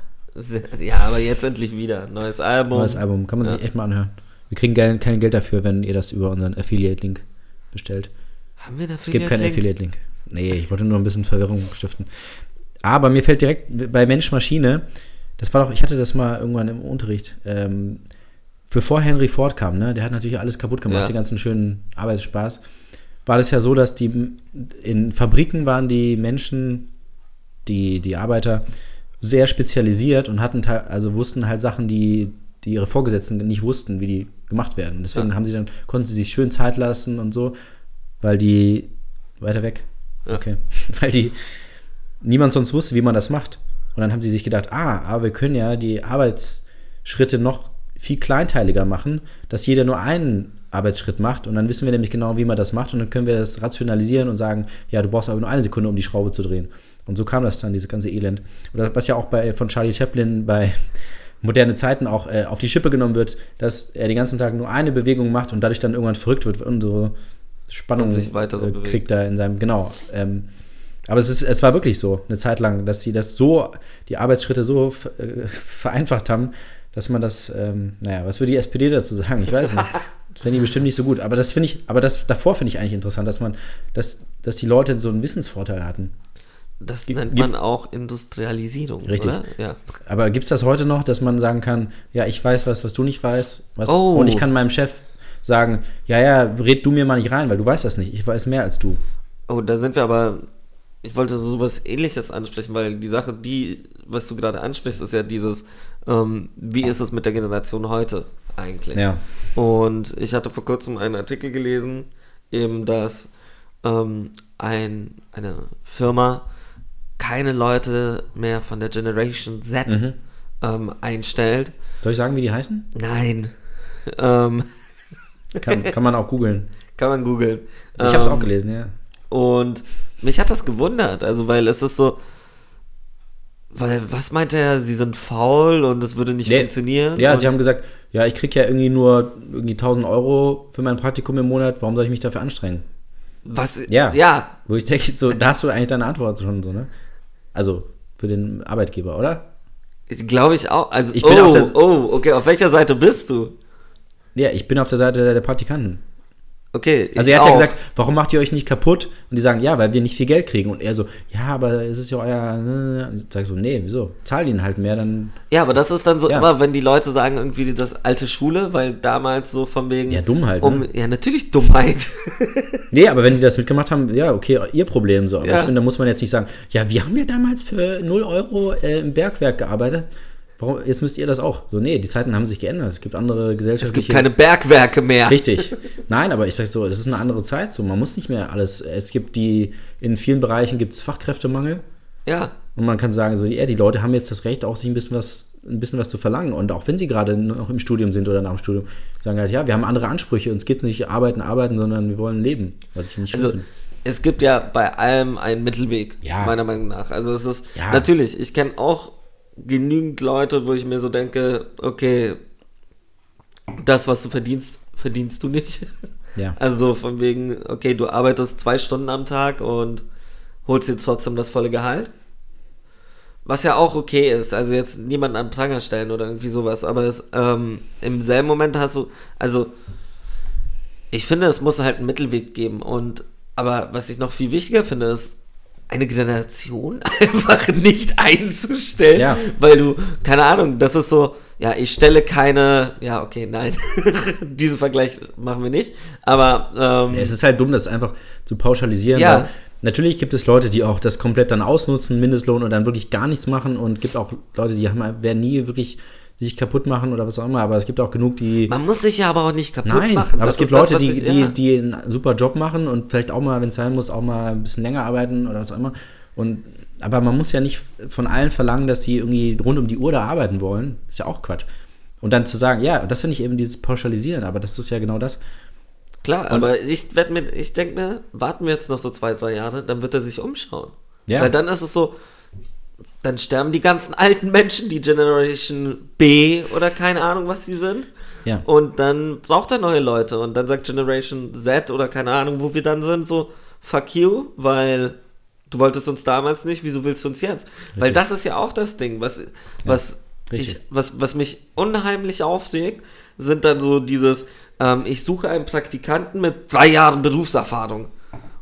Speaker 2: Ja, aber jetzt endlich wieder. Neues Album.
Speaker 3: Neues Album. Kann man sich echt mal anhören. Wir kriegen kein, kein Geld dafür, wenn ihr das über unseren Affiliate-Link bestellt.
Speaker 2: Haben wir dafür
Speaker 3: Es gibt keinen Affiliate-Link. Nee, ich wollte nur ein bisschen Verwirrung stiften. Aber mir fällt direkt bei Mensch-Maschine, das war doch, ich hatte das mal irgendwann im Unterricht, ähm, bevor Henry Ford kam, ne, der hat natürlich alles kaputt gemacht,
Speaker 2: Ja.
Speaker 3: den ganzen schönen Arbeitsspaß, war das ja so, dass die m- in Fabriken waren die Menschen, die, die Arbeiter, sehr spezialisiert und hatten teil- also wussten halt Sachen, die, die ihre Vorgesetzten nicht wussten, wie die gemacht werden. Und Deswegen
Speaker 2: Ja.
Speaker 3: haben sie dann, konnten sie sich schön Zeit lassen und so, weil die weiter weg.
Speaker 2: Ja.
Speaker 3: Okay. Weil die niemand sonst wusste, wie man das macht. Und dann haben sie sich gedacht, ah, aber wir können ja die Arbeitsschritte noch viel kleinteiliger machen, dass jeder nur einen Arbeitsschritt macht und dann wissen wir nämlich genau, wie man das macht und dann können wir das rationalisieren und sagen, ja, du brauchst aber nur eine Sekunde, um die Schraube zu drehen. Und so kam das dann, dieses ganze Elend. Oder was ja auch bei, von Charlie Chaplin bei moderne Zeiten auch äh, auf die Schippe genommen wird, dass er den ganzen Tag nur eine Bewegung macht und dadurch dann irgendwann verrückt wird und so Spannung
Speaker 2: Und sich weiter so
Speaker 3: äh,
Speaker 2: bewegt.
Speaker 3: kriegt er in seinem, genau. Ähm, aber es, ist, es war wirklich so, eine Zeit lang, dass sie das so, die Arbeitsschritte so f- äh, vereinfacht haben, dass man das, ähm, naja, was würde die SPD dazu sagen? Ich weiß nicht. Fände ich bestimmt nicht so gut. Aber das finde ich, aber das davor finde ich eigentlich interessant, dass man, dass, dass die Leute so einen Wissensvorteil hatten.
Speaker 2: Das
Speaker 3: Gibt-
Speaker 2: nennt man auch Industrialisierung,
Speaker 3: Richtig.
Speaker 2: oder? Ja.
Speaker 3: Aber gibt es das heute noch, dass man sagen kann, ja, ich weiß was, was du nicht weißt? Was,
Speaker 2: Oh.
Speaker 3: Und ich kann meinem Chef sagen, ja, ja, red du mir mal nicht rein, weil du weißt das nicht. Ich weiß mehr als du.
Speaker 2: Oh, da sind wir aber. Ich wollte so sowas ähnliches ansprechen, weil die Sache, die, was du gerade ansprichst, ist ja dieses, ähm, wie ist es mit der Generation heute eigentlich?
Speaker 3: Ja.
Speaker 2: Und ich hatte vor kurzem einen Artikel gelesen, eben, dass ähm, ein, eine Firma keine Leute mehr von der Generation Z
Speaker 3: Mhm.
Speaker 2: ähm, einstellt.
Speaker 3: Soll ich sagen, wie die heißen?
Speaker 2: Nein. Ähm,
Speaker 3: Kann, kann man auch googeln.
Speaker 2: kann man googeln.
Speaker 3: Ich habe es
Speaker 2: Ähm,
Speaker 3: auch gelesen, ja.
Speaker 2: Und mich hat das gewundert, also weil es ist so, weil was meint er, sie sind faul und es würde nicht
Speaker 3: Nee.
Speaker 2: funktionieren?
Speaker 3: Ja,
Speaker 2: und
Speaker 3: sie haben gesagt, ja, ich kriege ja irgendwie nur irgendwie 1000 Euro für mein Praktikum im Monat, warum soll ich mich dafür anstrengen?
Speaker 2: was,
Speaker 3: Ja.
Speaker 2: ja. ja,
Speaker 3: Wo ich denke, so, da hast du eigentlich deine Antwort schon so, ne? Also, für den Arbeitgeber, oder?
Speaker 2: glaube ich auch. Also,
Speaker 3: Ich bin
Speaker 2: oh,
Speaker 3: auf der-
Speaker 2: oh, okay, auf welcher Seite bist du?
Speaker 3: Nee, Ja, ich bin auf der Seite der, der Praktikanten.
Speaker 2: Okay. ich
Speaker 3: Also er hat ja
Speaker 2: auch.
Speaker 3: gesagt, warum macht ihr euch nicht kaputt? Und die sagen, ja, weil wir nicht viel Geld kriegen. Und er so, ja, aber es ist ja euer. ne? Und ich sag so, nee, wieso? Zahl ihnen halt mehr, dann.
Speaker 2: Ja, aber das ist dann so
Speaker 3: Ja.
Speaker 2: immer, wenn die Leute sagen, irgendwie die- das alte Schule, weil damals so von wegen.
Speaker 3: Ja, Dummheit,
Speaker 2: Um,
Speaker 3: ne?
Speaker 2: Ja, natürlich Dummheit.
Speaker 3: Nee, aber wenn die das mitgemacht haben, ja, okay, ihr Problem so. Aber
Speaker 2: Ja.
Speaker 3: ich finde, da muss man jetzt nicht sagen, ja, wir haben ja damals für 0 Euro äh, im Bergwerk gearbeitet. Warum, jetzt müsst ihr das auch. So, nee, die Zeiten haben sich geändert. Es gibt andere
Speaker 2: Es
Speaker 3: gesellschaftliche.
Speaker 2: gibt keine Bergwerke mehr.
Speaker 3: Richtig. Nein, aber ich sag so, es ist eine andere Zeit so. Man muss nicht mehr alles. Es gibt die, in vielen Bereichen gibt es Fachkräftemangel.
Speaker 2: Ja.
Speaker 3: Und man kann sagen, so, ja, die Leute haben jetzt das Recht, auch sich ein bisschen was, ein bisschen was zu verlangen. Und auch wenn sie gerade noch im Studium sind oder nach dem Studium, sagen halt, ja, wir haben andere Ansprüche. Uns geht nicht arbeiten, arbeiten, sondern wir wollen leben. Was ich nicht schön
Speaker 2: Also,
Speaker 3: finde.
Speaker 2: es gibt ja bei allem einen Mittelweg,
Speaker 3: Ja.
Speaker 2: meiner Meinung nach. Also, es ist
Speaker 3: Ja.
Speaker 2: natürlich, ich kenne auch genügend Leute, wo ich mir so denke, okay, das, was du verdienst, verdienst du nicht.
Speaker 3: Ja.
Speaker 2: Also, von wegen, okay, du arbeitest zwei Stunden am Tag und holst dir trotzdem das volle Gehalt. Was ja auch okay ist, also jetzt niemanden an den Pranger stellen oder irgendwie sowas, aber es, ähm, im selben Moment hast du, also ich finde, es muss halt einen Mittelweg geben und, aber was ich noch viel wichtiger finde, ist, eine Generation einfach nicht einzustellen,
Speaker 3: Ja.
Speaker 2: weil du, keine Ahnung, das ist so, ja, ich stelle keine, ja, okay, nein, diesen Vergleich machen wir nicht, aber, ähm,
Speaker 3: Es ist halt dumm, das einfach zu pauschalisieren.
Speaker 2: Ja.
Speaker 3: Weil natürlich gibt es Leute, die auch das komplett dann ausnutzen, Mindestlohn und dann wirklich gar nichts machen. Und gibt auch Leute, die haben, werden nie wirklich sich kaputt machen oder was auch immer. Aber es gibt auch genug, die.
Speaker 2: man muss sich ja aber auch nicht kaputt
Speaker 3: Nein,
Speaker 2: machen.
Speaker 3: aber
Speaker 2: Das
Speaker 3: es gibt
Speaker 2: ist das,
Speaker 3: Leute,
Speaker 2: was
Speaker 3: die,
Speaker 2: ich-
Speaker 3: die,
Speaker 2: ja.
Speaker 3: die einen super Job machen und vielleicht auch mal, wenn es sein muss, auch mal ein bisschen länger arbeiten oder was auch immer. Und, aber man muss ja nicht von allen verlangen, dass sie irgendwie rund um die Uhr da arbeiten wollen. Ist ja auch Quatsch. Und dann zu sagen, ja, das finde ich eben dieses Pauschalisieren, aber das ist ja genau das.
Speaker 2: Klar, aber ich werd mir, ich denke mir, warten wir jetzt noch so zwei, drei Jahre, dann wird er sich umschauen.
Speaker 3: Ja.
Speaker 2: Weil dann ist es so, dann sterben die ganzen alten Menschen, die Generation B oder keine Ahnung, was die sind.
Speaker 3: Ja.
Speaker 2: Und dann braucht er neue Leute und dann sagt Generation Z oder keine Ahnung, wo wir dann sind, so, fuck you, weil du wolltest uns damals nicht, wieso willst du uns jetzt? Weil das ist ja auch das Ding, was, was
Speaker 3: richtig.
Speaker 2: ich was, was mich unheimlich aufregt, sind dann so dieses, ähm, ich suche einen Praktikanten mit drei Jahren Berufserfahrung.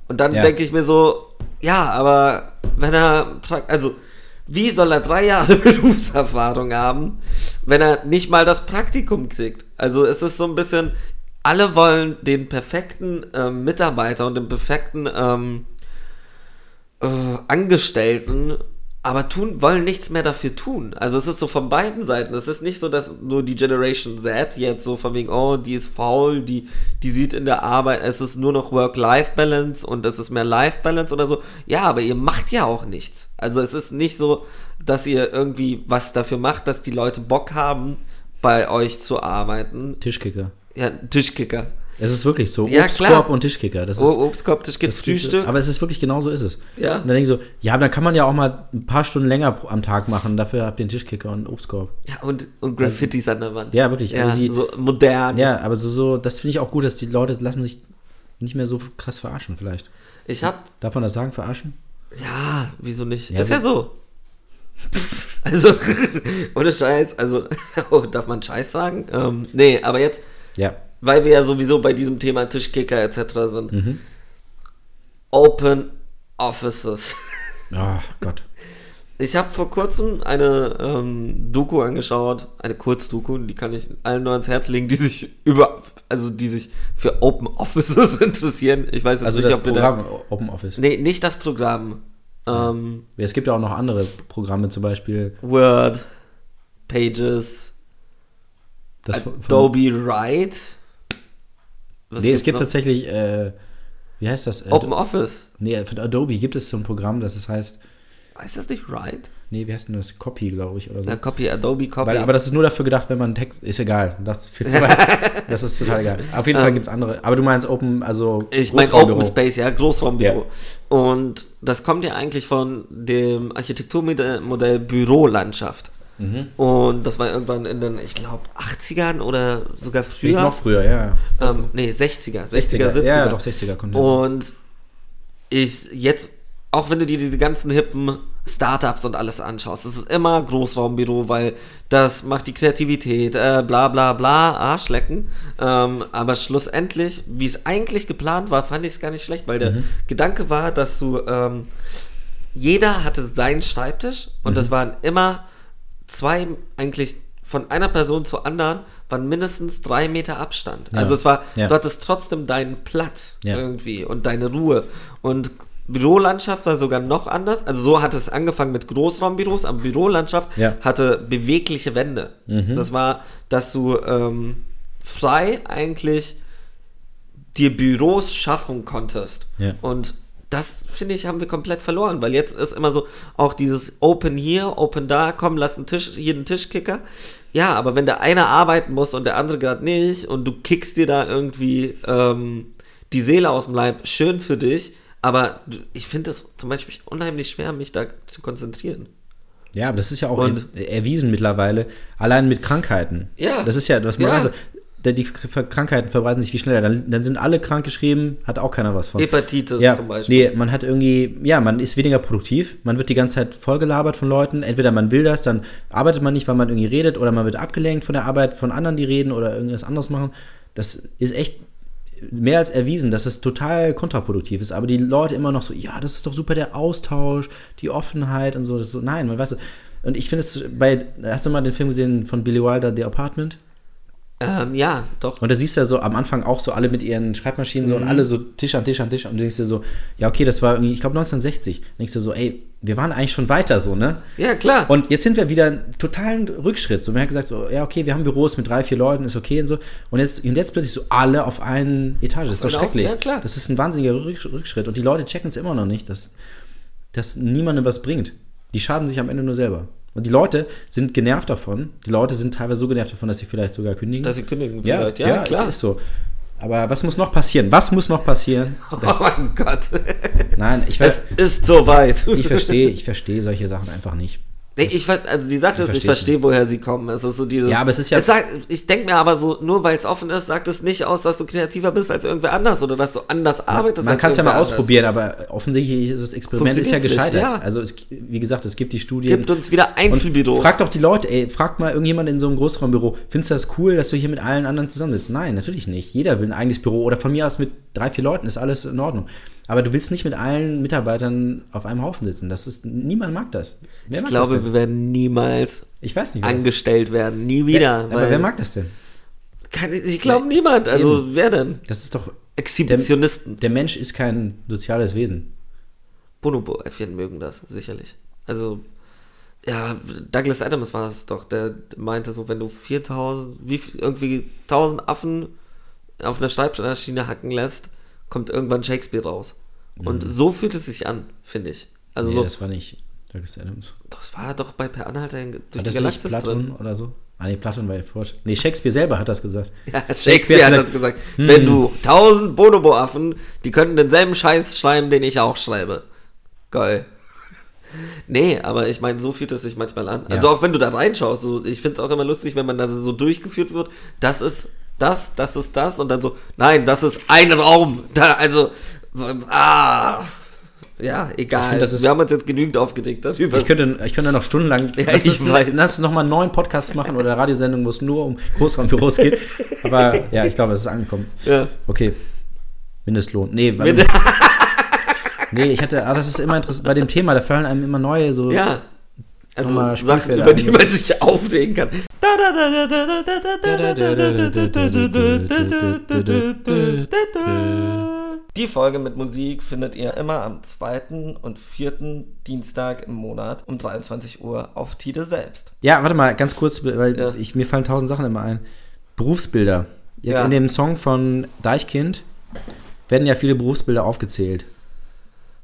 Speaker 2: Und dann
Speaker 3: Ja.
Speaker 2: denke ich mir so, ja, aber wenn er, prak- also wie soll er drei Jahre Berufserfahrung haben, wenn er nicht mal das Praktikum kriegt? Also es ist so ein bisschen, alle wollen den perfekten ähm, Mitarbeiter und den perfekten ähm, äh, Angestellten, aber tun, wollen nichts mehr dafür tun. Also es ist so von beiden Seiten. Es ist nicht so, dass nur die Generation Z jetzt so von wegen, oh, die ist faul, die, die sieht in der Arbeit, es ist nur noch Work-Life-Balance und es ist mehr Life-Balance oder so. Ja, aber ihr macht ja auch nichts. Also es ist nicht so, dass ihr irgendwie was dafür macht, dass die Leute Bock haben, bei euch zu arbeiten.
Speaker 3: Tischkicker.
Speaker 2: Ja, Tischkicker.
Speaker 3: Es ist wirklich so.
Speaker 2: Ja,
Speaker 3: Obstkorb
Speaker 2: klar.
Speaker 3: und Tischkicker. Das ist,
Speaker 2: Oh, Obstkorb, Tisch gibt's
Speaker 3: das gibt's-
Speaker 2: Frühstück.
Speaker 3: Aber es ist wirklich genau so ist es.
Speaker 2: Ja.
Speaker 3: Und dann denke ich so, ja, aber dann kann man ja auch mal ein paar Stunden länger pro- am Tag machen. Dafür habt ihr einen Tischkicker und einen Obstkorb.
Speaker 2: Ja, und, und Graffitis an der Wand.
Speaker 3: Ja, wirklich.
Speaker 2: Ja,
Speaker 3: Also die,
Speaker 2: so modern.
Speaker 3: Ja, aber so, so das finde ich auch gut, dass die Leute lassen sich nicht mehr so krass verarschen vielleicht.
Speaker 2: Ich hab,
Speaker 3: Darf man das sagen, verarschen?
Speaker 2: ja, wieso nicht?
Speaker 3: Ja,
Speaker 2: ist ja
Speaker 3: wie-
Speaker 2: so. Also, ohne Scheiß, also, oh, darf man Scheiß sagen? Ähm, nee, aber jetzt,
Speaker 3: Ja.
Speaker 2: weil wir ja sowieso bei diesem Thema Tischkicker etc. sind.
Speaker 3: Mhm.
Speaker 2: Open Offices.
Speaker 3: Ach Ah, Gott.
Speaker 2: Ich habe vor kurzem eine ähm, Doku angeschaut, eine Kurzdoku, die kann ich allen nur ans Herz legen, die sich über, also die sich für Open Offices interessieren. Ich weiß jetzt
Speaker 3: Also
Speaker 2: nicht,
Speaker 3: das
Speaker 2: ob wir da
Speaker 3: Programm Open Office.
Speaker 2: Nee, nicht das Programm. Ähm,
Speaker 3: Es gibt ja auch noch andere Programme, zum Beispiel
Speaker 2: Word, Pages,
Speaker 3: das von-
Speaker 2: Adobe Write. Was
Speaker 3: Nee, es
Speaker 2: gibt's
Speaker 3: gibt
Speaker 2: noch?
Speaker 3: tatsächlich, äh, wie heißt das? Äh,
Speaker 2: Open Office.
Speaker 3: nee, von Adobe gibt es so ein Programm, das es heißt,
Speaker 2: Heißt das nicht Write?
Speaker 3: nee, wie heißt denn das? Copy, glaube ich, oder so.
Speaker 2: Ja, Copy, Adobe Copy.
Speaker 3: Weil, aber das ist nur dafür gedacht, wenn man Text. Ist egal. Das ist viel zu weit. das ist total egal. Auf jeden Fall gibt es andere. Aber du meinst Open, also.
Speaker 2: Ähm. ich meine
Speaker 3: Großraumbüro.
Speaker 2: Open Space, ja, Großraumbüro. Und das kommt ja eigentlich von dem Architekturmodell Modell Bürolandschaft.
Speaker 3: Mhm.
Speaker 2: Und das war irgendwann in den, ich glaube, 80ern oder sogar früher.
Speaker 3: Vielleicht noch früher, ja.
Speaker 2: Ähm, nee, 60er, 60er, 70er.
Speaker 3: Ja, doch, 60er kommt hin.
Speaker 2: Und ich jetzt auch wenn du dir diese ganzen hippen Startups und alles anschaust, es ist immer Großraumbüro, weil das macht die Kreativität, äh, bla bla bla, Arschlecken. Ähm, aber schlussendlich, wie es eigentlich geplant war, fand ich es gar nicht schlecht, weil der
Speaker 3: Mhm.
Speaker 2: Gedanke war, dass du, ähm, jeder hatte seinen Schreibtisch und
Speaker 3: Mhm.
Speaker 2: das waren immer zwei, eigentlich von einer Person zur anderen, waren mindestens drei Meter Abstand.
Speaker 3: Ja.
Speaker 2: Also es war,
Speaker 3: Ja.
Speaker 2: du hattest trotzdem deinen Platz
Speaker 3: Ja.
Speaker 2: irgendwie und deine Ruhe. Und Bürolandschaft war sogar noch anders. Also so hatte es angefangen mit Großraumbüros, aber Bürolandschaft
Speaker 3: Ja.
Speaker 2: hatte bewegliche Wände. Das war, dass du ähm, frei eigentlich dir Büros schaffen konntest.
Speaker 3: Ja.
Speaker 2: Und das, finde ich, haben wir komplett verloren, weil jetzt ist immer so auch dieses Open hier, Open da, komm, lass einen Tisch, hier einen Tischkicker. Ja, aber wenn der eine arbeiten muss und der andere gerade nicht und du kickst dir da irgendwie ähm, die Seele aus dem Leib, schön für dich, aber du- ich finde es zum Beispiel unheimlich schwer, mich da zu konzentrieren.
Speaker 3: Ja, aber das ist ja auch
Speaker 2: Und-
Speaker 3: in, erwiesen mittlerweile, allein mit Krankheiten.
Speaker 2: Ja.
Speaker 3: Das ist ja, was man
Speaker 2: Ja.
Speaker 3: also, da- die K- Krankheiten verbreiten sich viel schneller. Dann, dann sind alle krank geschrieben, hat auch keiner was von.
Speaker 2: Hepatitis
Speaker 3: ja,
Speaker 2: zum Beispiel.
Speaker 3: Nee, man hat irgendwie, ja, man ist weniger produktiv, man wird die ganze Zeit vollgelabert von Leuten. Entweder man will das, dann arbeitet man nicht, weil man irgendwie redet, oder man wird abgelenkt von der Arbeit, von anderen, die reden oder irgendwas anderes machen. Das ist echt mehr als erwiesen, dass es total kontraproduktiv ist. Aber die Leute immer noch so, ja, das ist doch super der Austausch, die Offenheit und so. Das ist so nein, man weiß es. Und ich finde es bei, hast du mal den Film gesehen von Billy Wilder, The Apartment?
Speaker 2: Ähm, ja, doch.
Speaker 3: Und da siehst du ja so am Anfang auch so alle mit ihren Schreibmaschinen so und alle so Tisch an Tisch an Tisch und du denkst dir so, ja okay, das war irgendwie, ich glaube 1960. Dann denkst du so, ey, wir waren eigentlich schon weiter so, ne?
Speaker 2: Ja, klar.
Speaker 3: Und jetzt sind wir wieder einen totalen Rückschritt. So, man hat gesagt, so, ja, okay, wir haben Büros mit drei, vier Leuten, ist okay und so. Und jetzt, und jetzt plötzlich so alle auf einen Etage. Das ist doch
Speaker 2: Auf einen auf-
Speaker 3: schrecklich.
Speaker 2: ja, klar.
Speaker 3: Das ist ein wahnsinniger Rücksch- Rückschritt. Und die Leute checken es immer noch nicht, dass, dass niemandem was bringt. Die schaden sich am Ende nur selber. Und die Leute sind genervt davon. Die Leute sind teilweise so genervt davon, dass sie vielleicht sogar kündigen.
Speaker 2: Dass sie kündigen
Speaker 3: ja,
Speaker 2: vielleicht.
Speaker 3: Ja,
Speaker 2: Ja,
Speaker 3: ja
Speaker 2: klar.
Speaker 3: Es ist so. Aber was muss noch passieren? Was muss noch passieren?
Speaker 2: oh mein Gott.
Speaker 3: Nein, ich
Speaker 2: Es
Speaker 3: weiß,
Speaker 2: ist soweit.
Speaker 3: ich verstehe, ich verstehe solche Sachen einfach nicht.
Speaker 2: Nee, ich, ver- also die Sache ist, ich
Speaker 3: versteh's
Speaker 2: verstehe, woher sie kommen. Es ist so dieses.
Speaker 3: Ja, aber es ist ja-
Speaker 2: sagt, ich denke mir aber so, nur weil es offen ist, sagt es nicht aus, dass du kreativer bist als irgendwer anders oder dass du anders arbeitest.
Speaker 3: Man
Speaker 2: als
Speaker 3: kann es ja mal
Speaker 2: irgendwer anders.
Speaker 3: ausprobieren, aber offensichtlich ist das Experiment ist ja
Speaker 2: Funktioniert's nicht,
Speaker 3: gescheitert.
Speaker 2: ja.
Speaker 3: Also es, wie gesagt, es gibt die Studien.
Speaker 2: Gibt uns wieder Einzelbüros.
Speaker 3: Und Frag doch die Leute, ey, frag mal irgendjemand in so einem Großraumbüro, findest du das cool, dass du hier mit allen anderen zusammensitzen? Nein, natürlich nicht. Jeder will ein eigenes Büro oder von mir aus mit drei, vier Leuten, ist alles in Ordnung. Aber du willst nicht mit allen Mitarbeitern auf einem Haufen sitzen. Das ist, niemand mag das. Wer
Speaker 2: ich
Speaker 3: mag das
Speaker 2: glaube,
Speaker 3: denn?
Speaker 2: wir werden niemals
Speaker 3: Ich weiß nicht. wer das-
Speaker 2: angestellt werden. Nie wieder.
Speaker 3: Wer, aber
Speaker 2: weil-
Speaker 3: wer mag das denn?
Speaker 2: Kann, ich glaube niemand. Also wer denn?
Speaker 3: Das ist doch,
Speaker 2: Exhibitionisten.
Speaker 3: der Mensch ist kein soziales Wesen.
Speaker 2: Bonobo-Äffchen mögen das, sicherlich. Also, ja, Douglas Adams war es doch, der meinte so, wenn du 4000, wie viel, irgendwie 1000 Affen auf einer Schreibmaschine hacken lässt, kommt irgendwann Shakespeare raus. Und
Speaker 3: Mhm.
Speaker 2: so fühlt es sich an, finde ich. Also,
Speaker 3: nee,
Speaker 2: so, das,
Speaker 3: das war nicht Douglas Adams.
Speaker 2: war doch bei Per Anhalter in- durch
Speaker 3: War
Speaker 2: die
Speaker 3: das nicht
Speaker 2: Galaxis
Speaker 3: Platon
Speaker 2: drin.
Speaker 3: oder so? Ah, nee, Platon war ja fort. Nee, Shakespeare selber hat das gesagt.
Speaker 2: Ja, Shakespeare hat das gesagt. Wenn du
Speaker 3: hm.
Speaker 2: 1000 Bonobo-Affen, die könnten denselben Scheiß schreiben, den ich auch schreibe. Geil. Nee, aber ich meine, so fühlt es sich manchmal an. Also
Speaker 3: Ja.
Speaker 2: auch wenn du da reinschaust, so, ich finde es auch immer lustig, wenn man da so durchgeführt wird, das ist das, das ist das und dann so, nein, das ist ein Raum. Da, also, w- ah. Ja, egal.
Speaker 3: find, das ist-
Speaker 2: Wir haben uns jetzt genügend aufgedeckt darüber.
Speaker 3: Ich könnte, ich könnte noch stundenlang.
Speaker 2: Ja,
Speaker 3: lass
Speaker 2: ich
Speaker 3: uns-
Speaker 2: weiß.
Speaker 3: Lass nochmal einen neuen Podcast machen oder eine Radiosendung, wo es nur um Großraumbüros geht. Aber ja, ich glaube, es ist angekommen.
Speaker 2: Ja.
Speaker 3: Okay. Mindestlohn. Nee, warte.
Speaker 2: Mit-
Speaker 3: nee, ich hatte. Ah, das ist immer interessant. Bei dem Thema, da fallen einem immer neue so.
Speaker 2: ja. Also
Speaker 3: Nochmal
Speaker 2: Sachen,
Speaker 3: Spielfelder
Speaker 2: über die man
Speaker 3: eingebaut.
Speaker 2: sich aufregen kann. Da, da, da, da, da, da, da, da. Die Folge mit Musik findet ihr immer am zweiten und vierten Dienstag im Monat um 23 Uhr auf Tide selbst.
Speaker 3: Ja, warte mal, ganz kurz, weil
Speaker 2: Ja.
Speaker 3: ich, mir fallen tausend Sachen immer ein. Berufsbilder. Jetzt
Speaker 2: Ja.
Speaker 3: in dem Song von Deichkind werden ja viele Berufsbilder aufgezählt.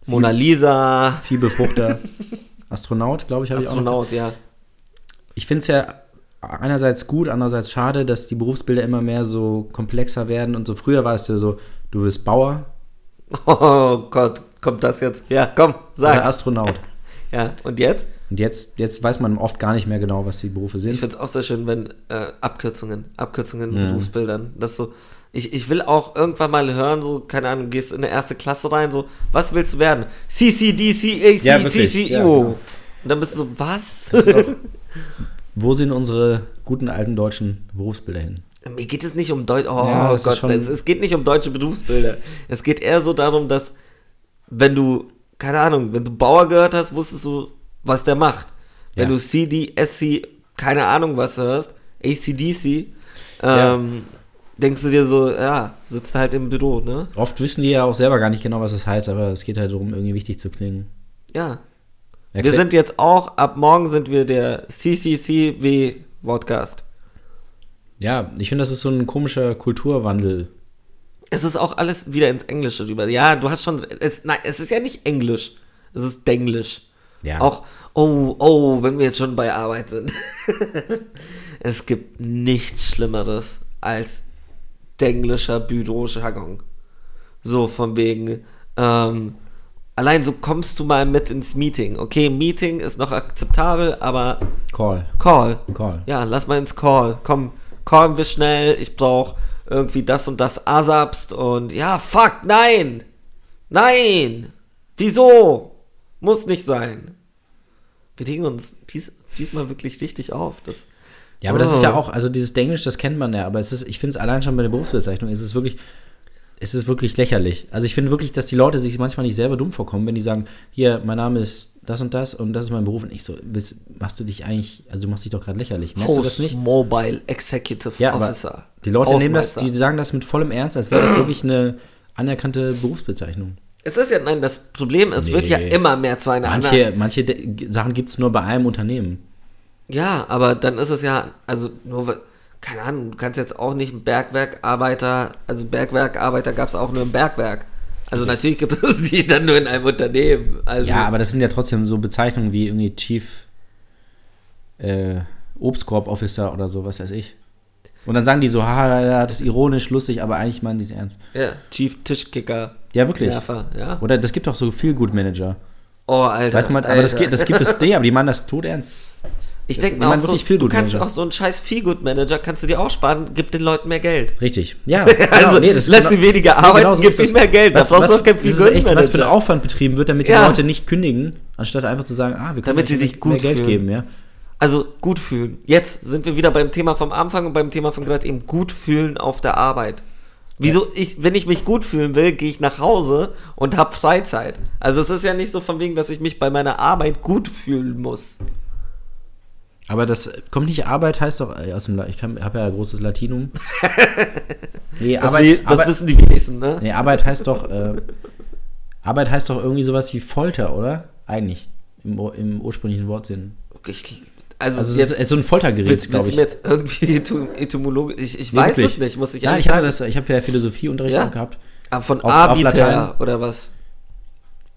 Speaker 2: Mona Lisa,
Speaker 3: Vielbefruchter Astronaut, glaube ich, habe ich auch noch.
Speaker 2: Astronaut, ja.
Speaker 3: Ich finde es ja einerseits gut, andererseits schade, dass die Berufsbilder immer mehr so komplexer werden und so. Früher war es ja so, du wirst Bauer
Speaker 2: Oh Gott, kommt das jetzt? Ja, komm,
Speaker 3: oder
Speaker 2: sag.
Speaker 3: Astronaut.
Speaker 2: Ja, und jetzt?
Speaker 3: Und jetzt, jetzt weiß man oft gar nicht mehr genau, was die Berufe
Speaker 2: Ich
Speaker 3: sind.
Speaker 2: finde es auch sehr schön, wenn äh, Abkürzungen, Abkürzungen in Berufsbildern, das so, Ich, ich will auch irgendwann mal hören, so, keine Ahnung, gehst in eine erste Klasse rein, so, was willst du werden? CCDCACCIO.
Speaker 3: Ja, wirklich, ja, genau.
Speaker 2: E, Und dann bist du so, was?
Speaker 3: Das ist doch, wo sind unsere guten alten deutschen Berufsbilder hin?
Speaker 2: Mir geht es nicht um Deutsch. Oh
Speaker 3: Ja, das ist
Speaker 2: Gott,
Speaker 3: schon-
Speaker 2: es, es geht nicht um deutsche Berufsbilder. Es geht eher so darum, dass wenn du, keine Ahnung, wenn du Bauer gehört hast, wusstest du, was der macht. Wenn
Speaker 3: Ja.
Speaker 2: du CD, SC, keine Ahnung was hörst, ACDC, ähm,
Speaker 3: Ja.
Speaker 2: denkst du dir so, ja, sitzt halt im Büro, ne?
Speaker 3: Oft wissen die ja auch selber gar nicht genau, was das heißt, aber es geht halt darum, irgendwie wichtig zu klingen.
Speaker 2: Ja.
Speaker 3: Erklä-
Speaker 2: Wir sind jetzt auch, ab morgen sind wir der CCCW-Podcast.
Speaker 3: ja, ich finde, das ist so ein komischer Kulturwandel.
Speaker 2: Es ist auch alles wieder ins Englische rüber. Ja, du hast schon. Es, nein, es ist ja nicht Englisch. Es ist Denglisch.
Speaker 3: Ja.
Speaker 2: Auch, oh, oh, wenn wir jetzt schon bei Arbeit sind. es gibt nichts Schlimmeres als denglischer Bürojargon. So, von wegen, ähm, allein so kommst du mal mit ins Meeting. Okay, Meeting ist noch akzeptabel, aber
Speaker 3: Call.
Speaker 2: Call.
Speaker 3: Call.
Speaker 2: Ja, lass mal ins Call. Komm, callen wir schnell. Ich brauch irgendwie das und das ASAPst und ja, fuck, nein. Nein. Wieso? Muss nicht sein. Wir legen uns dies, diesmal wirklich richtig auf. Das,
Speaker 3: Ja, aber das ist ja
Speaker 2: Oh.
Speaker 3: auch, also dieses Denglisch, das kennt man ja, aber es ist, ich finde es allein schon bei der Berufsbezeichnung, ist es ist wirklich, es ist wirklich lächerlich. Also ich finde wirklich, dass die Leute sich manchmal nicht selber dumm vorkommen, wenn die sagen, hier, mein Name ist das und das und das ist mein Beruf und ich so, willst, machst du dich eigentlich, also du machst dich doch gerade lächerlich, merkst du das
Speaker 2: Host
Speaker 3: nicht?
Speaker 2: Mobile Executive
Speaker 3: Ja, aber
Speaker 2: Officer.
Speaker 3: die Leute nehmen das, die
Speaker 2: Hausmeister.
Speaker 3: sagen das mit vollem Ernst, als wäre das wirklich eine anerkannte Berufsbezeichnung.
Speaker 2: Es ist ja, nein, das Problem, es wird
Speaker 3: Nee.
Speaker 2: ja immer mehr zu einer anderen.
Speaker 3: Manche, manche De- G- Sachen gibt es nur bei einem Unternehmen.
Speaker 2: Ja, aber dann ist es ja, also nur, weil- keine Ahnung, du kannst jetzt auch nicht einen Bergwerkarbeiter, also Bergwerkarbeiter gab es auch nur im Bergwerk. Also natürlich gibt es die dann nur in einem Unternehmen. Also,
Speaker 3: Ja, aber das sind ja trotzdem so Bezeichnungen wie irgendwie Chief äh, Obstkorb Officer oder so, was weiß ich. Und dann sagen die so, haha, ja, das ist ironisch, lustig, aber eigentlich meinen die es ernst.
Speaker 2: ja, Chief Tischkicker.
Speaker 3: Ja, wirklich.
Speaker 2: Nerver, ja.
Speaker 3: Oder das gibt auch so viel Good Manager.
Speaker 2: Oh, Alter.
Speaker 3: Weißt du mal, aber
Speaker 2: Alter.
Speaker 3: das, geht- das gibt es, nee, aber die meinen das tot ernst.
Speaker 2: ich
Speaker 3: die
Speaker 2: denke
Speaker 3: meinen
Speaker 2: auch, so,
Speaker 3: wirklich Feelgood
Speaker 2: du kannst
Speaker 3: Manager.
Speaker 2: auch so einen scheiß Feelgood-Manager, kannst du dir auch sparen, gib den Leuten mehr Geld.
Speaker 3: Richtig. Ja, genau,
Speaker 2: Also, lass sie weniger arbeiten,
Speaker 3: so
Speaker 2: gib
Speaker 3: ist das.
Speaker 2: ihnen mehr Geld. Da
Speaker 3: Was,
Speaker 2: brauchst
Speaker 3: was,
Speaker 2: du auch keinen
Speaker 3: das ist
Speaker 2: Feel-Good
Speaker 3: echt, was für ein
Speaker 2: Manager.
Speaker 3: Aufwand betrieben wird, damit die
Speaker 2: Ja.
Speaker 3: Leute nicht kündigen, anstatt einfach zu sagen, ah, wir können
Speaker 2: Damit sie
Speaker 3: euch
Speaker 2: sich
Speaker 3: mehr
Speaker 2: gut
Speaker 3: Geld
Speaker 2: fühlen.
Speaker 3: geben, ja.
Speaker 2: Also gut fühlen. Jetzt sind wir wieder beim Thema vom Anfang und beim Thema von gerade eben gut fühlen auf der Arbeit. Wieso ich wenn ich mich gut fühlen will, gehe ich nach Hause und habe Freizeit. Also es ist ja nicht so von wegen, dass ich mich bei meiner Arbeit gut fühlen muss.
Speaker 3: Aber das kommt nicht Arbeit heißt doch äh, aus dem La ich habe ja großes Latinum. nee,
Speaker 2: Das,
Speaker 3: Arbeit,
Speaker 2: will, das
Speaker 3: Arbeit,
Speaker 2: wissen die wenigsten, ne?
Speaker 3: nee, Arbeit heißt doch äh, Arbeit heißt doch irgendwie sowas wie Folter, oder? Eigentlich im, Ur- im ursprünglichen Wortsinn.
Speaker 2: Ich, also,
Speaker 3: Also es
Speaker 2: jetzt
Speaker 3: ist, ist so ein Foltergerät,
Speaker 2: willst, willst du
Speaker 3: glaube ich.
Speaker 2: mir jetzt irgendwie etym- etymologisch ich, ich
Speaker 3: Nee,
Speaker 2: weiß
Speaker 3: wirklich.
Speaker 2: es nicht, muss ich
Speaker 3: ja,
Speaker 2: ehrlich
Speaker 3: ich hatte das ich habe ja Philosophieunterricht
Speaker 2: Ja.
Speaker 3: auch gehabt.
Speaker 2: Aber von
Speaker 3: auf- auf
Speaker 2: Arbiter
Speaker 3: Latein.
Speaker 2: oder was?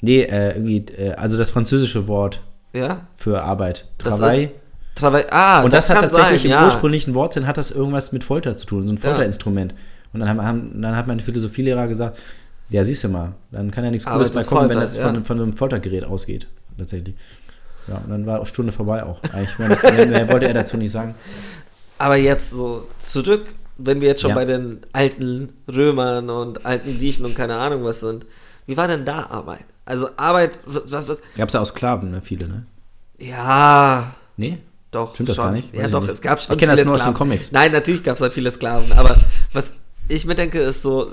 Speaker 3: Nee, äh, irgendwie äh, also das französische Wort
Speaker 2: Ja?
Speaker 3: für Arbeit,
Speaker 2: Das ist-
Speaker 3: Travail.
Speaker 2: Travail ah,
Speaker 3: Und das, hat
Speaker 2: kann
Speaker 3: tatsächlich
Speaker 2: sein,
Speaker 3: im
Speaker 2: ja.
Speaker 3: ursprünglichen Wortsinn hat das irgendwas mit Folter zu tun, so ein Folterinstrument. Und dann, haben, haben, dann hat mein Philosophielehrer gesagt, ja, siehst du mal, dann kann ja nichts
Speaker 2: Arbeit
Speaker 3: Cooles bei
Speaker 2: ist
Speaker 3: kommen, wenn
Speaker 2: Folter,
Speaker 3: das
Speaker 2: ja.
Speaker 3: von, von einem Foltergerät ausgeht, tatsächlich. Ja, und dann war auch Stunde vorbei auch. Eigentlich mehr, mehr, mehr wollte er dazu nicht sagen.
Speaker 2: Aber jetzt so zurück, wenn wir jetzt schon
Speaker 3: Ja.
Speaker 2: bei den alten Römern und alten Griechen und keine Ahnung was sind. Wie war denn da Arbeit? Also Arbeit, was, was, was?
Speaker 3: Gab es ja auch Sklaven, ne? viele, ne?
Speaker 2: Ja,
Speaker 3: Nee?
Speaker 2: doch.
Speaker 3: Stimmt das
Speaker 2: schon.
Speaker 3: gar nicht? Weiß
Speaker 2: Ja,
Speaker 3: ich
Speaker 2: doch,
Speaker 3: nicht.
Speaker 2: es gab schon
Speaker 3: Ich kenn das nur aus den Comics.
Speaker 2: Nein, natürlich gab es da viele Sklaven, aber was ich mir denke, ist so,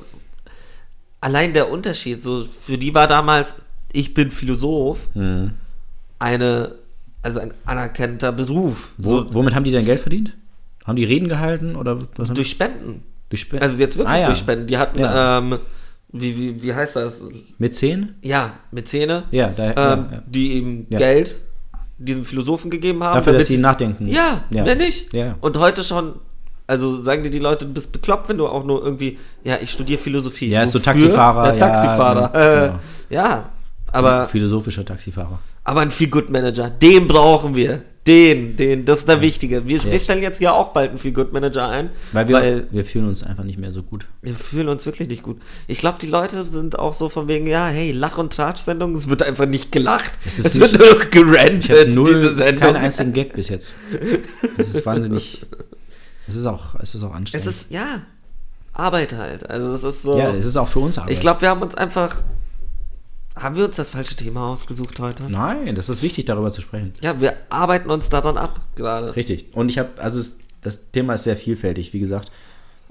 Speaker 2: allein der Unterschied, so für die war damals, ich bin Philosoph,
Speaker 3: Mhm.
Speaker 2: eine, also ein anerkannter Beruf.
Speaker 3: Wo,
Speaker 2: so,
Speaker 3: womit haben die denn Geld verdient? Haben die Reden gehalten oder was haben
Speaker 2: durch Spenden.
Speaker 3: durch Spenden?
Speaker 2: Also jetzt wirklich
Speaker 3: ah, ja.
Speaker 2: durch Spenden. Die hatten,
Speaker 3: Ja.
Speaker 2: ähm, wie, wie, wie heißt das?
Speaker 3: Mit 10?
Speaker 2: Ja, Mäzene,
Speaker 3: Ja, da,
Speaker 2: ähm,
Speaker 3: ja, ja.
Speaker 2: die ihm
Speaker 3: Ja.
Speaker 2: Geld diesem Philosophen gegeben haben.
Speaker 3: dafür, dass
Speaker 2: damit
Speaker 3: sie nachdenken.
Speaker 2: Ja, mehr nicht.
Speaker 3: Ja.
Speaker 2: Und heute schon, also sagen dir die Leute, du bist bekloppt, wenn du auch nur irgendwie, ja, ich studiere Philosophie.
Speaker 3: Ja, ist so
Speaker 2: Wofür?
Speaker 3: Taxifahrer,
Speaker 2: Ja,
Speaker 3: ja,
Speaker 2: Taxifahrer.
Speaker 3: ne,
Speaker 2: äh,
Speaker 3: genau.
Speaker 2: ja, aber,
Speaker 3: Philosophischer Taxifahrer.
Speaker 2: aber ein Feel-Good-Manager, den brauchen wir. Den, den, das ist der Wichtige. Wir, wir stellen jetzt ja auch bald einen Feel-Good-Manager ein.
Speaker 3: Weil wir, wir fühlen uns einfach nicht mehr so gut.
Speaker 2: Wir fühlen uns wirklich nicht gut. Ich glaube, die Leute sind auch so von wegen, ja, hey, Lach- und Tratsch-Sendung, es wird einfach nicht gelacht. Es,
Speaker 3: Es ist
Speaker 2: wird
Speaker 3: nicht-
Speaker 2: nur noch gerantet, Äh, diese
Speaker 3: Null, keinen
Speaker 2: Sendung.
Speaker 3: einzigen Gag bis jetzt. Das ist wahnsinnig. Es ist auch, es ist auch
Speaker 2: Es
Speaker 3: anstrengend.
Speaker 2: ist, ja. Arbeit halt. Also es ist so.
Speaker 3: Ja, es ist auch für uns Arbeit.
Speaker 2: ich glaube, wir haben uns einfach. Haben wir uns das falsche Thema ausgesucht heute?
Speaker 3: Nein, das ist wichtig, darüber zu sprechen.
Speaker 2: Ja, wir arbeiten uns daran ab gerade.
Speaker 3: Richtig. Und ich habe, also es, das Thema ist sehr vielfältig, wie gesagt.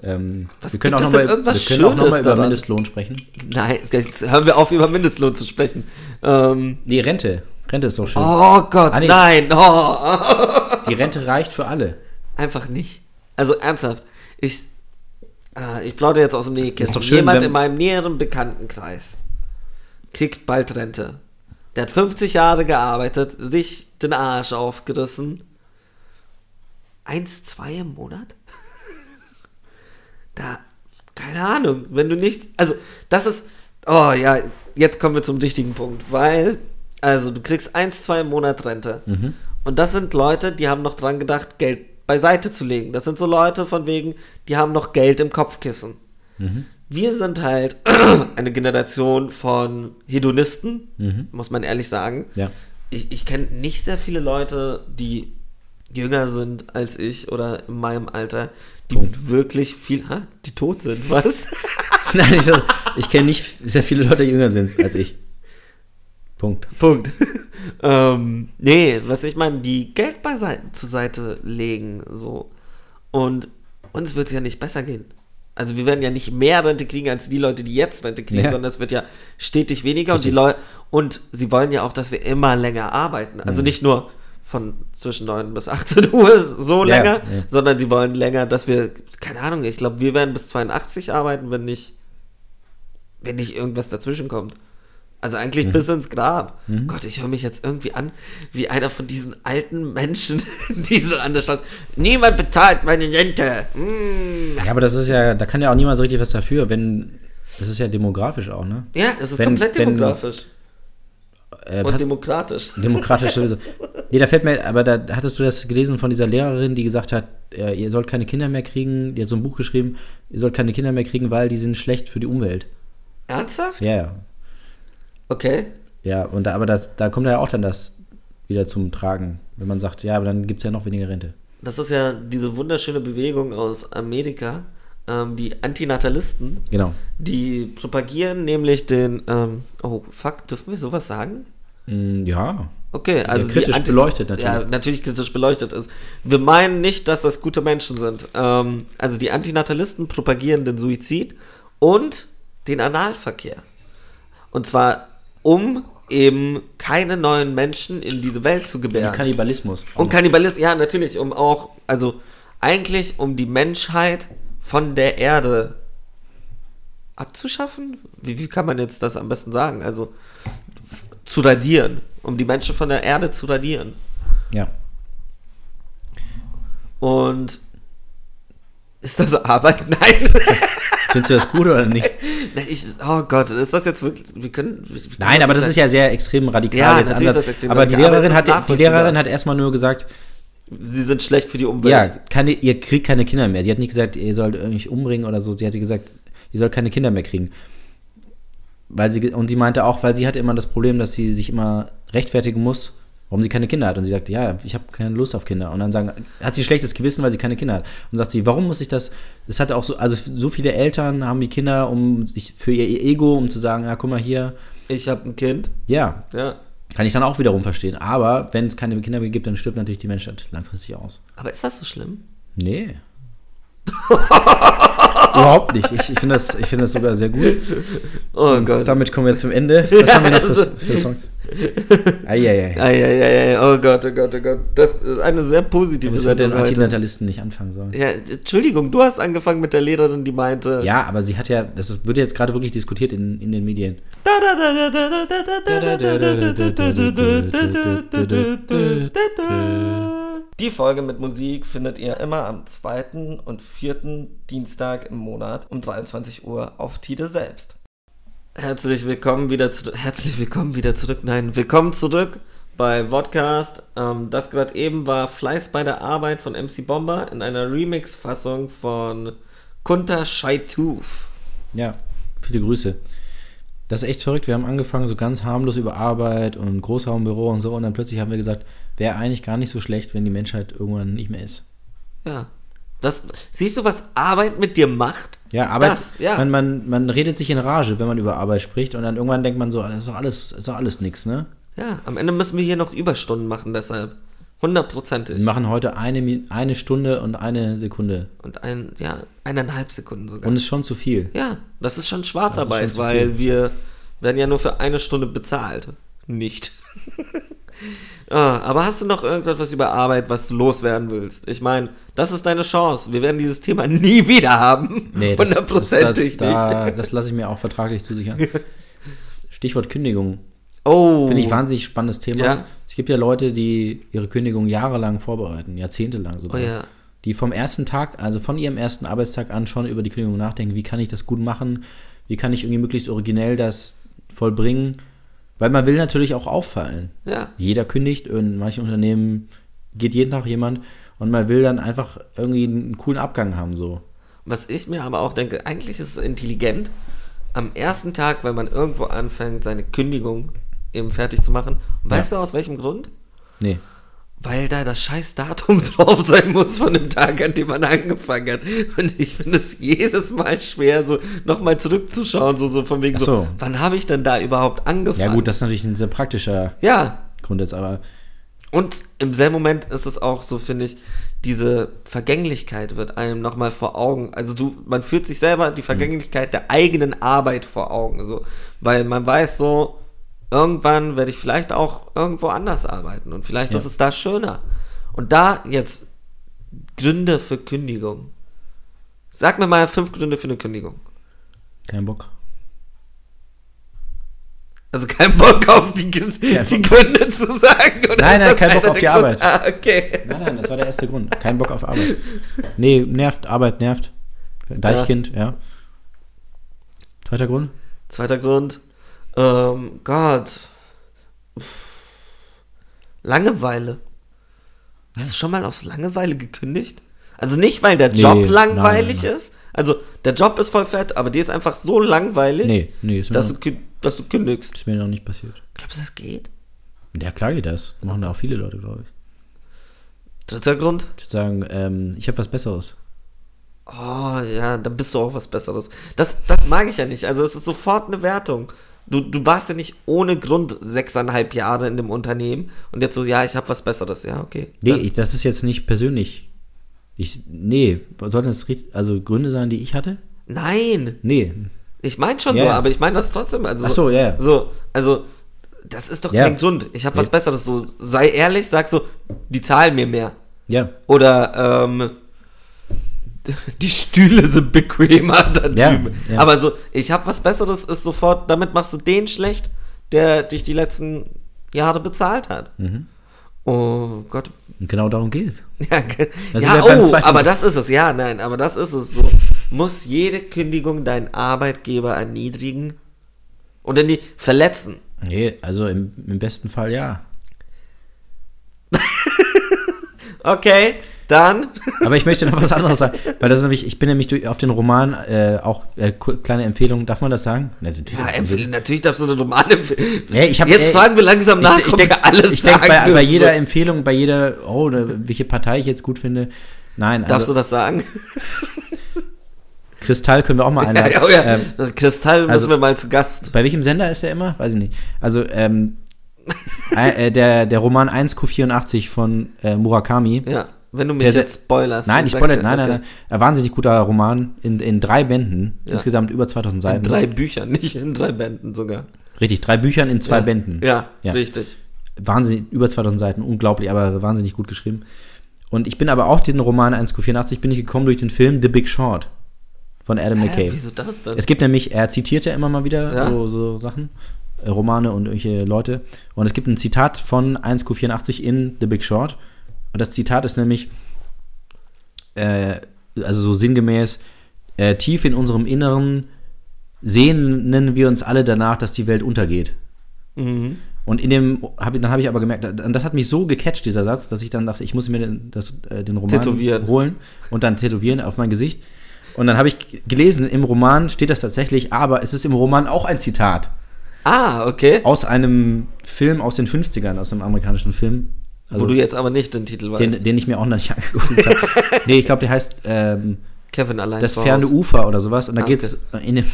Speaker 3: Ähm,
Speaker 2: Was
Speaker 3: wir können auch
Speaker 2: gibt es
Speaker 3: nochmal
Speaker 2: denn
Speaker 3: wir
Speaker 2: irgendwas
Speaker 3: können auch noch mal
Speaker 2: Schönes
Speaker 3: über
Speaker 2: daran?
Speaker 3: Mindestlohn sprechen.
Speaker 2: Nein, jetzt hören wir auf, über Mindestlohn zu sprechen. Ähm,
Speaker 3: Nee, Rente. Rente ist doch schön.
Speaker 2: oh Gott,
Speaker 3: Ah, nee.
Speaker 2: nein. Oh.
Speaker 3: Die Rente reicht für alle.
Speaker 2: Einfach nicht. Also ernsthaft. Ich, ah, ich plaudere jetzt aus dem Nähkästchen.
Speaker 3: Ist doch schön,
Speaker 2: Jemand
Speaker 3: wenn-
Speaker 2: in meinem näheren Bekanntenkreis kriegt bald Rente. Der hat 50 Jahre gearbeitet, sich den Arsch aufgerissen. Eins, zwei im Monat? da, keine Ahnung, wenn du nicht, also das ist, oh ja, jetzt kommen wir zum richtigen Punkt, weil, also du kriegst eins, zwei im Monat Rente und das sind Leute, die haben noch dran gedacht, Geld beiseite zu legen. Das sind so Leute von wegen, die haben noch Geld im Kopfkissen. Mhm. Wir sind halt eine Generation von Hedonisten, muss man ehrlich sagen.
Speaker 3: Ja.
Speaker 2: Ich, ich kenne nicht sehr viele Leute, die jünger sind als ich oder in meinem Alter, die wirklich viel, ha, die tot sind, was?
Speaker 3: Nein, ich, sag- ich kenne nicht sehr viele Leute, die jünger sind als ich. Punkt.
Speaker 2: Punkt. ähm, nee, was ich meine, die Geld beiseite, zur Seite legen, so. Und uns wird es ja nicht besser gehen. Also wir werden ja nicht mehr Rente kriegen als die Leute, die jetzt Rente kriegen,
Speaker 3: Ja.
Speaker 2: sondern es wird ja stetig weniger und die Leute und sie wollen ja auch, dass wir immer länger arbeiten. Also nicht nur von zwischen 9 bis 18 Uhr so
Speaker 3: Ja,
Speaker 2: länger,
Speaker 3: ja.
Speaker 2: sondern sie wollen länger, dass wir keine Ahnung, ich glaube, wir werden bis 82 arbeiten, wenn nicht wenn nicht irgendwas dazwischen kommt. Also eigentlich
Speaker 3: Mhm.
Speaker 2: bis ins Grab. Gott, ich höre mich jetzt irgendwie an wie einer von diesen alten Menschen, die so an der Straße. Niemand bezahlt meine Rente. Mm.
Speaker 3: Ja, aber das ist ja, da kann ja auch niemand so richtig was dafür, wenn. Das ist ja demografisch auch, ne?
Speaker 2: Ja, es ist
Speaker 3: Wenn-
Speaker 2: komplett
Speaker 3: wenn-
Speaker 2: demografisch
Speaker 3: Äh,
Speaker 2: und
Speaker 3: pass-
Speaker 2: demokratisch.
Speaker 3: Demokratisch sowieso. Nee, da fällt mir, aber da hattest du das gelesen von dieser Lehrerin, die gesagt hat, äh, ihr sollt keine Kinder mehr kriegen, die hat so ein Buch geschrieben, ihr sollt keine Kinder mehr kriegen, weil die sind schlecht für die Umwelt.
Speaker 2: Ernsthaft?
Speaker 3: Ja, ja.
Speaker 2: Okay.
Speaker 3: Ja, und da, aber das, da kommt ja auch dann das wieder zum Tragen, wenn man sagt, ja, aber dann gibt es ja noch weniger Rente.
Speaker 2: Das ist ja diese wunderschöne Bewegung aus Amerika, ähm, die Antinatalisten,
Speaker 3: Genau.
Speaker 2: die propagieren nämlich den. Ähm, oh, fuck, dürfen wir sowas sagen?
Speaker 3: Mm, ja.
Speaker 2: Okay, also die
Speaker 3: kritisch
Speaker 2: Anti-
Speaker 3: beleuchtet natürlich.
Speaker 2: Ja, natürlich kritisch beleuchtet ist. Wir meinen nicht, dass das gute Menschen sind. Ähm, also die Antinatalisten propagieren den Suizid und den Analverkehr. Und zwar um eben keine neuen Menschen in diese Welt zu
Speaker 3: Und
Speaker 2: gebären.
Speaker 3: Kannibalismus.
Speaker 2: Und Kannibalist, ja, natürlich, um auch, also eigentlich um die Menschheit von der Erde abzuschaffen? Wie, wie kann man jetzt das am besten sagen? Also f- zu radieren, um die Menschen von der Erde zu radieren.
Speaker 3: ja.
Speaker 2: Und ist das Arbeit? Nein.
Speaker 3: Findest du das gut oder nicht?
Speaker 2: Nein ich, oh Gott, ist das jetzt wirklich, wir können... Wir können
Speaker 3: Nein, aber das ist ja sehr extrem radikal.
Speaker 2: Ja,
Speaker 3: jetzt
Speaker 2: natürlich ist
Speaker 3: Ansatz.
Speaker 2: das extrem
Speaker 3: aber die
Speaker 2: radikal, aber
Speaker 3: Lehrerin,
Speaker 2: es ist
Speaker 3: hat, die
Speaker 2: nachvollziehbar.
Speaker 3: Lehrerin hat erstmal nur gesagt,
Speaker 2: Sie sind schlecht für die Umwelt.
Speaker 3: Ja, keine, ihr kriegt keine Kinder mehr. Sie hat nicht gesagt, ihr sollt irgendwie umbringen oder so. Sie hatte gesagt, ihr sollt keine Kinder mehr kriegen. Weil sie, ge- und sie meinte auch, weil sie hatte immer das Problem, dass sie sich immer rechtfertigen muss, warum sie keine Kinder hat. Und sie sagt, ja, ich habe keine Lust auf Kinder. Und dann sagen, hat sie schlechtes Gewissen, weil sie keine Kinder hat. Und sagt sie, warum muss ich das? Es hat auch so, also so viele Eltern haben die Kinder, um sich für ihr Ego, um zu sagen, ja, guck mal hier,
Speaker 2: Ich habe ein Kind.
Speaker 3: ja,
Speaker 2: Ja.
Speaker 3: kann ich dann auch wiederum verstehen. Aber wenn es keine Kinder mehr gibt, dann stirbt natürlich die Menschheit langfristig aus.
Speaker 2: Aber ist das so schlimm?
Speaker 3: Nee. Überhaupt nicht. Ich, ich finde das, ich find das sogar sehr gut.
Speaker 2: Oh Gott.
Speaker 3: Damit kommen wir zum Ende. Was haben wir noch für, für Songs? Eieiei.
Speaker 2: Eieiei, oh Gott, oh Gott, oh Gott. Das ist eine sehr positive
Speaker 3: Das wird
Speaker 2: Sendung
Speaker 3: den
Speaker 2: heute.
Speaker 3: Antinatalisten nicht anfangen sollen.
Speaker 2: Ja, Entschuldigung, du hast angefangen mit der Lehrerin, die meinte.
Speaker 3: Ja, aber sie hat ja, das ist, wird jetzt gerade wirklich diskutiert in, in den Medien.
Speaker 2: Die Folge mit Musik findet ihr immer am zweiten und vierten Dienstag im Monat um 23 Uhr auf Tide selbst. Herzlich willkommen wieder zurück. Herzlich willkommen wieder zurück. Nein, willkommen zurück bei Vodcast. Ähm, das gerade eben war Fleiß bei der Arbeit von MC Bomber in einer Remix-Fassung von Kunta Shaituf.
Speaker 3: Ja, viele Grüße. Das ist echt verrückt. Wir haben angefangen so ganz harmlos über Arbeit und Großraumbüro und so und dann plötzlich haben wir gesagt, wäre eigentlich gar nicht so schlecht, wenn die Menschheit irgendwann nicht mehr ist.
Speaker 2: Ja. Das, siehst du, was Arbeit mit dir macht?
Speaker 3: Ja, Arbeit,
Speaker 2: Das, ja.
Speaker 3: Man, man, man redet sich in Rage, wenn man über Arbeit spricht und dann irgendwann denkt man so, "Ah, das ist doch alles, ist doch alles nix, ne?
Speaker 2: Ja, am Ende müssen wir hier noch Überstunden machen, deshalb. Hundertprozentig.
Speaker 3: Wir machen heute eine, Mi- eine Stunde und eine Sekunde.
Speaker 2: Und ein, ja, eineinhalb Sekunden sogar.
Speaker 3: Und ist schon zu viel.
Speaker 2: ja, das ist schon Schwarzarbeit,
Speaker 3: Das ist schon zu viel.
Speaker 2: weil wir werden ja nur für eine Stunde bezahlt. Nicht. ah, aber hast du noch irgendetwas über Arbeit, was du loswerden willst? Ich meine, das ist deine Chance. Wir werden dieses Thema nie wieder haben. Hundertprozentig
Speaker 3: das, das, da-
Speaker 2: nicht.
Speaker 3: Das lasse ich mir auch vertraglich zusichern. Stichwort Kündigung.
Speaker 2: Oh.
Speaker 3: Finde ich wahnsinnig spannendes Thema.
Speaker 2: Ja.
Speaker 3: Es gibt ja Leute, die ihre Kündigung jahrelang vorbereiten, jahrzehntelang sogar.
Speaker 2: Oh ja.
Speaker 3: Die vom ersten Tag, also von ihrem ersten Arbeitstag an schon über die Kündigung nachdenken, wie kann ich das gut machen, wie kann ich irgendwie möglichst originell das vollbringen. Weil man will natürlich auch auffallen.
Speaker 2: Ja.
Speaker 3: Jeder kündigt, in manchen Unternehmen geht jeden Tag jemand und man will dann einfach irgendwie einen coolen Abgang haben so.
Speaker 2: Was ich mir aber auch denke, eigentlich ist es intelligent, am ersten Tag, wenn man irgendwo anfängt, seine Kündigung eben fertig zu machen. Und Weißt du aus welchem Grund?
Speaker 3: Nee.
Speaker 2: Weil da das scheiß Datum drauf sein muss von dem Tag, an dem man angefangen hat. Und ich finde es jedes Mal schwer, so nochmal zurückzuschauen, so, so von wegen
Speaker 3: Ach
Speaker 2: so,
Speaker 3: so.
Speaker 2: wann habe ich denn da überhaupt angefangen?
Speaker 3: Ja gut, das ist natürlich ein sehr praktischer
Speaker 2: Ja,
Speaker 3: Grund jetzt, aber
Speaker 2: und im selben Moment ist es auch so, finde ich, diese Vergänglichkeit wird einem nochmal vor Augen. Also du, man fühlt sich selber
Speaker 3: Mhm.
Speaker 2: die Vergänglichkeit der eigenen Arbeit vor Augen. So. Weil man weiß so, irgendwann werde ich vielleicht auch irgendwo anders arbeiten und vielleicht
Speaker 3: Ja.
Speaker 2: ist es da schöner. Und da jetzt Gründe für Kündigung. Sag mir mal fünf Gründe für eine Kündigung.
Speaker 3: kein Bock.
Speaker 2: Also kein Bock auf die, die Gründe zu sagen. Oder
Speaker 3: Nein,
Speaker 2: ist
Speaker 3: nein,
Speaker 2: das
Speaker 3: kein Bock
Speaker 2: einer
Speaker 3: auf
Speaker 2: der
Speaker 3: die
Speaker 2: Grund-
Speaker 3: Arbeit.
Speaker 2: Ah, okay.
Speaker 3: Nein, nein, das war der erste Grund. Kein Bock auf Arbeit. Nee, nervt, Arbeit nervt. Deichkind, ja. Zweiter Grund?
Speaker 2: Zweiter Grund. Ähm, Gott. Pff. Langeweile. Hast du schon mal aus Langeweile gekündigt? Also nicht, weil der
Speaker 3: Nee,
Speaker 2: Job
Speaker 3: nein,
Speaker 2: langweilig
Speaker 3: nein,
Speaker 2: ist. Also der Job ist voll fett, aber dir ist einfach so langweilig,
Speaker 3: Nee, nee, ist mir,
Speaker 2: dass, du,
Speaker 3: noch,
Speaker 2: kü- dass du kündigst.
Speaker 3: ist mir noch nicht passiert.
Speaker 2: Glaubst du, das geht?
Speaker 3: Ja, klar geht das. Machen da auch viele Leute, glaube ich.
Speaker 2: Dritter Grund.
Speaker 3: Ich würde sagen, ähm, ich habe was Besseres.
Speaker 2: Oh, ja, dann bist du auch was Besseres. Das, das mag ich ja nicht. Also es ist sofort eine Wertung. Du, du warst ja nicht ohne Grund sechseinhalb Jahre in dem Unternehmen und jetzt so, ja, ich habe was Besseres. Ja, okay.
Speaker 3: Nee,
Speaker 2: Dann-
Speaker 3: ich, das ist jetzt nicht persönlich. Ich, nee, sollten das richt- also Gründe sein, die ich hatte?
Speaker 2: Nein,
Speaker 3: Nee.
Speaker 2: ich meine schon
Speaker 3: Ja,
Speaker 2: so,
Speaker 3: ja.
Speaker 2: aber ich meine das trotzdem. Also
Speaker 3: Ach so, ja, ja.
Speaker 2: So, also das ist doch
Speaker 3: Ja.
Speaker 2: kein Grund. Ich habe was
Speaker 3: Nee.
Speaker 2: Besseres. So sei ehrlich, sag so, die zahlen mir mehr
Speaker 3: Ja.
Speaker 2: oder ähm, die Stühle sind bequemer da
Speaker 3: Ja,
Speaker 2: drüben.
Speaker 3: ja.
Speaker 2: Aber so, ich habe was Besseres ist sofort. Damit machst du den schlecht, der dich die letzten Jahre bezahlt hat.
Speaker 3: Mhm.
Speaker 2: Oh Gott,
Speaker 3: Und genau darum geht
Speaker 2: ja, ge-
Speaker 3: Das ist
Speaker 2: ja,
Speaker 3: ja beim
Speaker 2: oh,
Speaker 3: zweiten
Speaker 2: aber
Speaker 3: Mal.
Speaker 2: das ist es, ja, nein, aber das ist es. So muss jede Kündigung deinen Arbeitgeber erniedrigen und in die verletzen.
Speaker 3: Nee, also im, im besten Fall ja.
Speaker 2: Okay, dann.
Speaker 3: Aber ich möchte noch was anderes sagen, weil das ist nämlich, ich bin nämlich durch, auf den Roman äh, auch äh, ku- kleine Empfehlung, darf man das sagen? Na, natürlich.
Speaker 2: Ja, empfehle, natürlich darfst du eine Roman empfehlen.
Speaker 3: Ey, ich hab-
Speaker 2: Jetzt
Speaker 3: ey,
Speaker 2: fragen wir langsam nach,
Speaker 3: ich, ich
Speaker 2: ob
Speaker 3: denke,
Speaker 2: wir alles
Speaker 3: ich denke bei,
Speaker 2: sagen
Speaker 3: bei
Speaker 2: dürfen.
Speaker 3: jeder Empfehlung, bei jeder, oh, oder welche Partei ich jetzt gut finde. Nein,
Speaker 2: Darfst
Speaker 3: also
Speaker 2: du das sagen?
Speaker 3: Kristall können wir auch mal
Speaker 2: Ja,
Speaker 3: einladen.
Speaker 2: ja, oh ja.
Speaker 3: Ähm,
Speaker 2: Kristall müssen
Speaker 3: also-
Speaker 2: wir mal zu Gast.
Speaker 3: bei welchem Sender ist der immer? Weiß ich nicht. Also, ähm, äh, äh, der, der Roman 1Q84 von äh, Murakami.
Speaker 2: Ja, wenn du mich
Speaker 3: Der- der-
Speaker 2: jetzt spoilerst.
Speaker 3: Nein,
Speaker 2: dann
Speaker 3: ich
Speaker 2: sagst
Speaker 3: spoilere,
Speaker 2: du-
Speaker 3: nein, nein,
Speaker 2: okay.
Speaker 3: nein. Ein wahnsinnig guter Roman in, in drei Bänden,
Speaker 2: Ja.
Speaker 3: insgesamt über 2000 Seiten.
Speaker 2: In drei Büchern, nicht in drei Bänden sogar.
Speaker 3: Richtig, drei Büchern in zwei Bänden.
Speaker 2: Ja,
Speaker 3: Ja.
Speaker 2: richtig.
Speaker 3: wahnsinnig, über 2000 Seiten, unglaublich, aber wahnsinnig gut geschrieben. Und ich bin aber auf den Roman 1Q84 bin ich gekommen durch den Film The Big Short von Adam
Speaker 2: Hä,
Speaker 3: McKay.
Speaker 2: wieso das denn?
Speaker 3: Es gibt nämlich, er zitiert ja immer mal wieder
Speaker 2: Ja.
Speaker 3: so, so Sachen, äh, Romane und irgendwelche Leute. Und es gibt ein Zitat von 1Q84 in The Big Short. Und das Zitat ist nämlich, äh, also so sinngemäß, äh, tief in unserem Inneren sehnen wir uns alle danach, dass die Welt untergeht.
Speaker 2: Mhm.
Speaker 3: Und in dem, hab, ich- dann habe ich aber gemerkt, da- das hat mich so gecatcht, dieser Satz, dass ich dann dachte, ich muss mir den, das, äh, den Roman
Speaker 2: Tätowieren.
Speaker 3: holen und dann tätowieren auf mein Gesicht. Und dann habe ich g- gelesen, im Roman steht das tatsächlich, aber es ist im Roman auch ein Zitat
Speaker 2: ah, okay.
Speaker 3: aus einem Film aus den 50ern, aus einem amerikanischen Film. Also
Speaker 2: Wo du jetzt aber nicht den Titel weißt.
Speaker 3: den, den ich mir auch noch nicht angeguckt habe. nee, ich glaube, der heißt ähm,
Speaker 2: Kevin allein
Speaker 3: Das
Speaker 2: zu
Speaker 3: ferne
Speaker 2: Hause.
Speaker 3: Ufer oder sowas. Und da
Speaker 2: Ah,
Speaker 3: geht's in dem,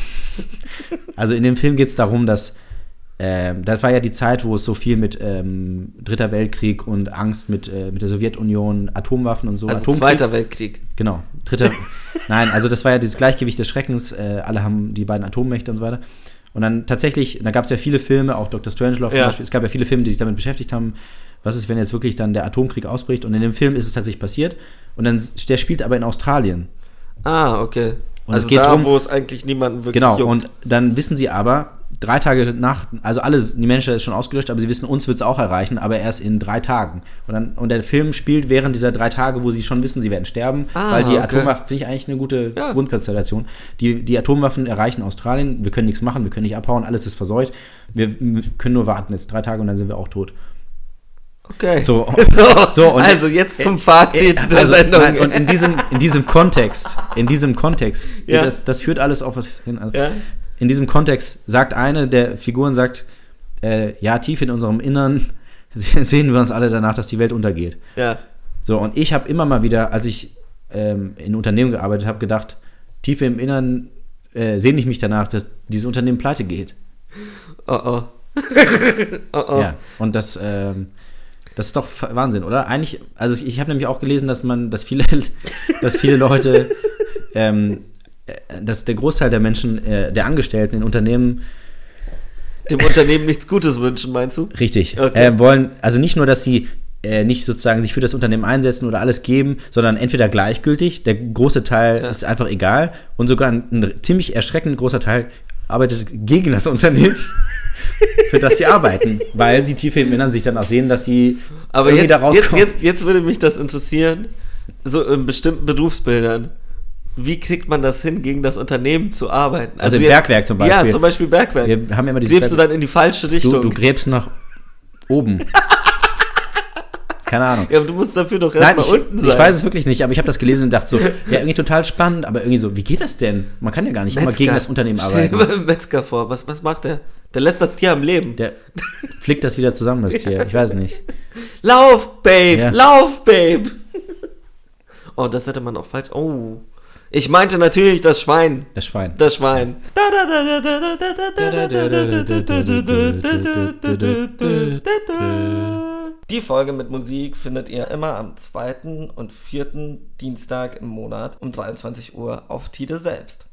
Speaker 3: also in dem Film geht es darum, dass ähm, das war ja die Zeit, wo es so viel mit ähm, Dritter Weltkrieg und Angst mit, äh, mit der Sowjetunion, Atomwaffen und so.
Speaker 2: Also
Speaker 3: Atomkrieg.
Speaker 2: Zweiter Weltkrieg.
Speaker 3: Genau, dritter. Nein, also das war ja dieses Gleichgewicht des Schreckens. Äh, alle haben die beiden Atommächte und so weiter. Und dann tatsächlich, da gab es ja viele Filme, auch Dr. Strangelove
Speaker 2: Ja.
Speaker 3: zum Beispiel. Es gab ja viele Filme, die sich damit beschäftigt haben. Was ist, wenn jetzt wirklich dann der Atomkrieg ausbricht? Und in dem Film ist es tatsächlich passiert. Und dann, der spielt aber in Australien.
Speaker 2: Ah, okay.
Speaker 3: Und
Speaker 2: also
Speaker 3: es geht
Speaker 2: da,
Speaker 3: drum-
Speaker 2: wo es eigentlich niemanden wirklich
Speaker 3: Genau,
Speaker 2: juckt.
Speaker 3: und dann wissen sie aber, drei Tage nach, also alles, die Menschheit ist schon ausgelöscht, aber sie wissen, uns wird es auch erreichen, aber erst in drei Tagen. Und, dann, und der Film spielt während dieser drei Tage, wo sie schon wissen, sie werden sterben,
Speaker 2: Ah,
Speaker 3: weil die
Speaker 2: okay.
Speaker 3: Atomwaffen, finde ich eigentlich eine gute
Speaker 2: Ja.
Speaker 3: Grundkonstellation. Die, die Atomwaffen erreichen Australien, wir können nichts machen, wir können nicht abhauen, alles ist verseucht, wir, wir können nur warten jetzt drei Tage und dann sind wir auch tot.
Speaker 2: okay.
Speaker 3: So,
Speaker 2: So,
Speaker 3: So, und- Äh,
Speaker 2: also jetzt zum Fazit der
Speaker 3: also,
Speaker 2: Sendung.
Speaker 3: nein, und in diesem, in diesem Kontext, in diesem Kontext,
Speaker 2: Ja.
Speaker 3: das, das führt alles auf was hin. Also,
Speaker 2: ja?
Speaker 3: in diesem Kontext sagt eine der Figuren, sagt, äh, ja, tief in unserem Innern sehen wir uns alle danach, dass die Welt untergeht.
Speaker 2: ja.
Speaker 3: So, und ich habe immer mal wieder, als ich ähm, in Unternehmen gearbeitet habe, gedacht, tief im Innern äh, sehne ich mich danach, dass dieses Unternehmen pleite geht.
Speaker 2: Oh oh. oh oh.
Speaker 3: Ja, und das, ähm, das ist doch fa- Wahnsinn, oder? Eigentlich, also ich, ich habe nämlich auch gelesen, dass man, dass viele, dass viele Leute, ähm, äh, dass der Großteil der Menschen, äh, der Angestellten in Unternehmen
Speaker 2: Dem Unternehmen nichts Gutes wünschen, meinst du?
Speaker 3: Richtig.
Speaker 2: Okay.
Speaker 3: Äh, wollen, also nicht nur, dass sie äh, nicht sozusagen sich für das Unternehmen einsetzen oder alles geben, sondern entweder gleichgültig, der große Teil ist einfach egal und sogar ein, ein ziemlich erschreckend großer Teil arbeitet gegen das Unternehmen, für das sie arbeiten, weil sie tief im Innern sich danach sehen, dass sie
Speaker 2: Aber
Speaker 3: irgendwie
Speaker 2: jetzt,
Speaker 3: da
Speaker 2: jetzt,
Speaker 3: rauskommen.
Speaker 2: jetzt, jetzt würde mich das interessieren, so in bestimmten Berufsbildern. Wie kriegt man das hin, gegen das Unternehmen zu arbeiten?
Speaker 3: Also im
Speaker 2: jetzt-
Speaker 3: Bergwerk zum Beispiel.
Speaker 2: Ja, zum Beispiel Bergwerk.
Speaker 3: Wir haben ja immer dieses
Speaker 2: Gräbst du dann in die falsche
Speaker 3: du,
Speaker 2: Richtung?
Speaker 3: du gräbst nach oben. Keine Ahnung.
Speaker 2: ja, aber du musst dafür doch
Speaker 3: Nein,
Speaker 2: erstmal
Speaker 3: ich,
Speaker 2: unten sein.
Speaker 3: ich weiß es wirklich nicht, aber ich habe das gelesen und dachte so, ja, irgendwie total spannend, aber irgendwie so, wie geht das denn? Man kann ja gar nicht immer gegen das Unternehmen
Speaker 2: Stell
Speaker 3: arbeiten.
Speaker 2: dir mal einen Metzger vor, was, was macht der? Der lässt das Tier am Leben.
Speaker 3: Der flickt das wieder zusammen, das Tier. Ich weiß nicht.
Speaker 2: Lauf, Babe!
Speaker 3: Ja.
Speaker 2: Lauf, Babe! Oh, das hätte man auch falsch. Oh. Ich meinte natürlich das Schwein.
Speaker 3: Das Schwein.
Speaker 2: Das Schwein. Die Folge mit Musik findet ihr immer am zweiten und vierten Dienstag im Monat um 23 Uhr auf Tide selbst.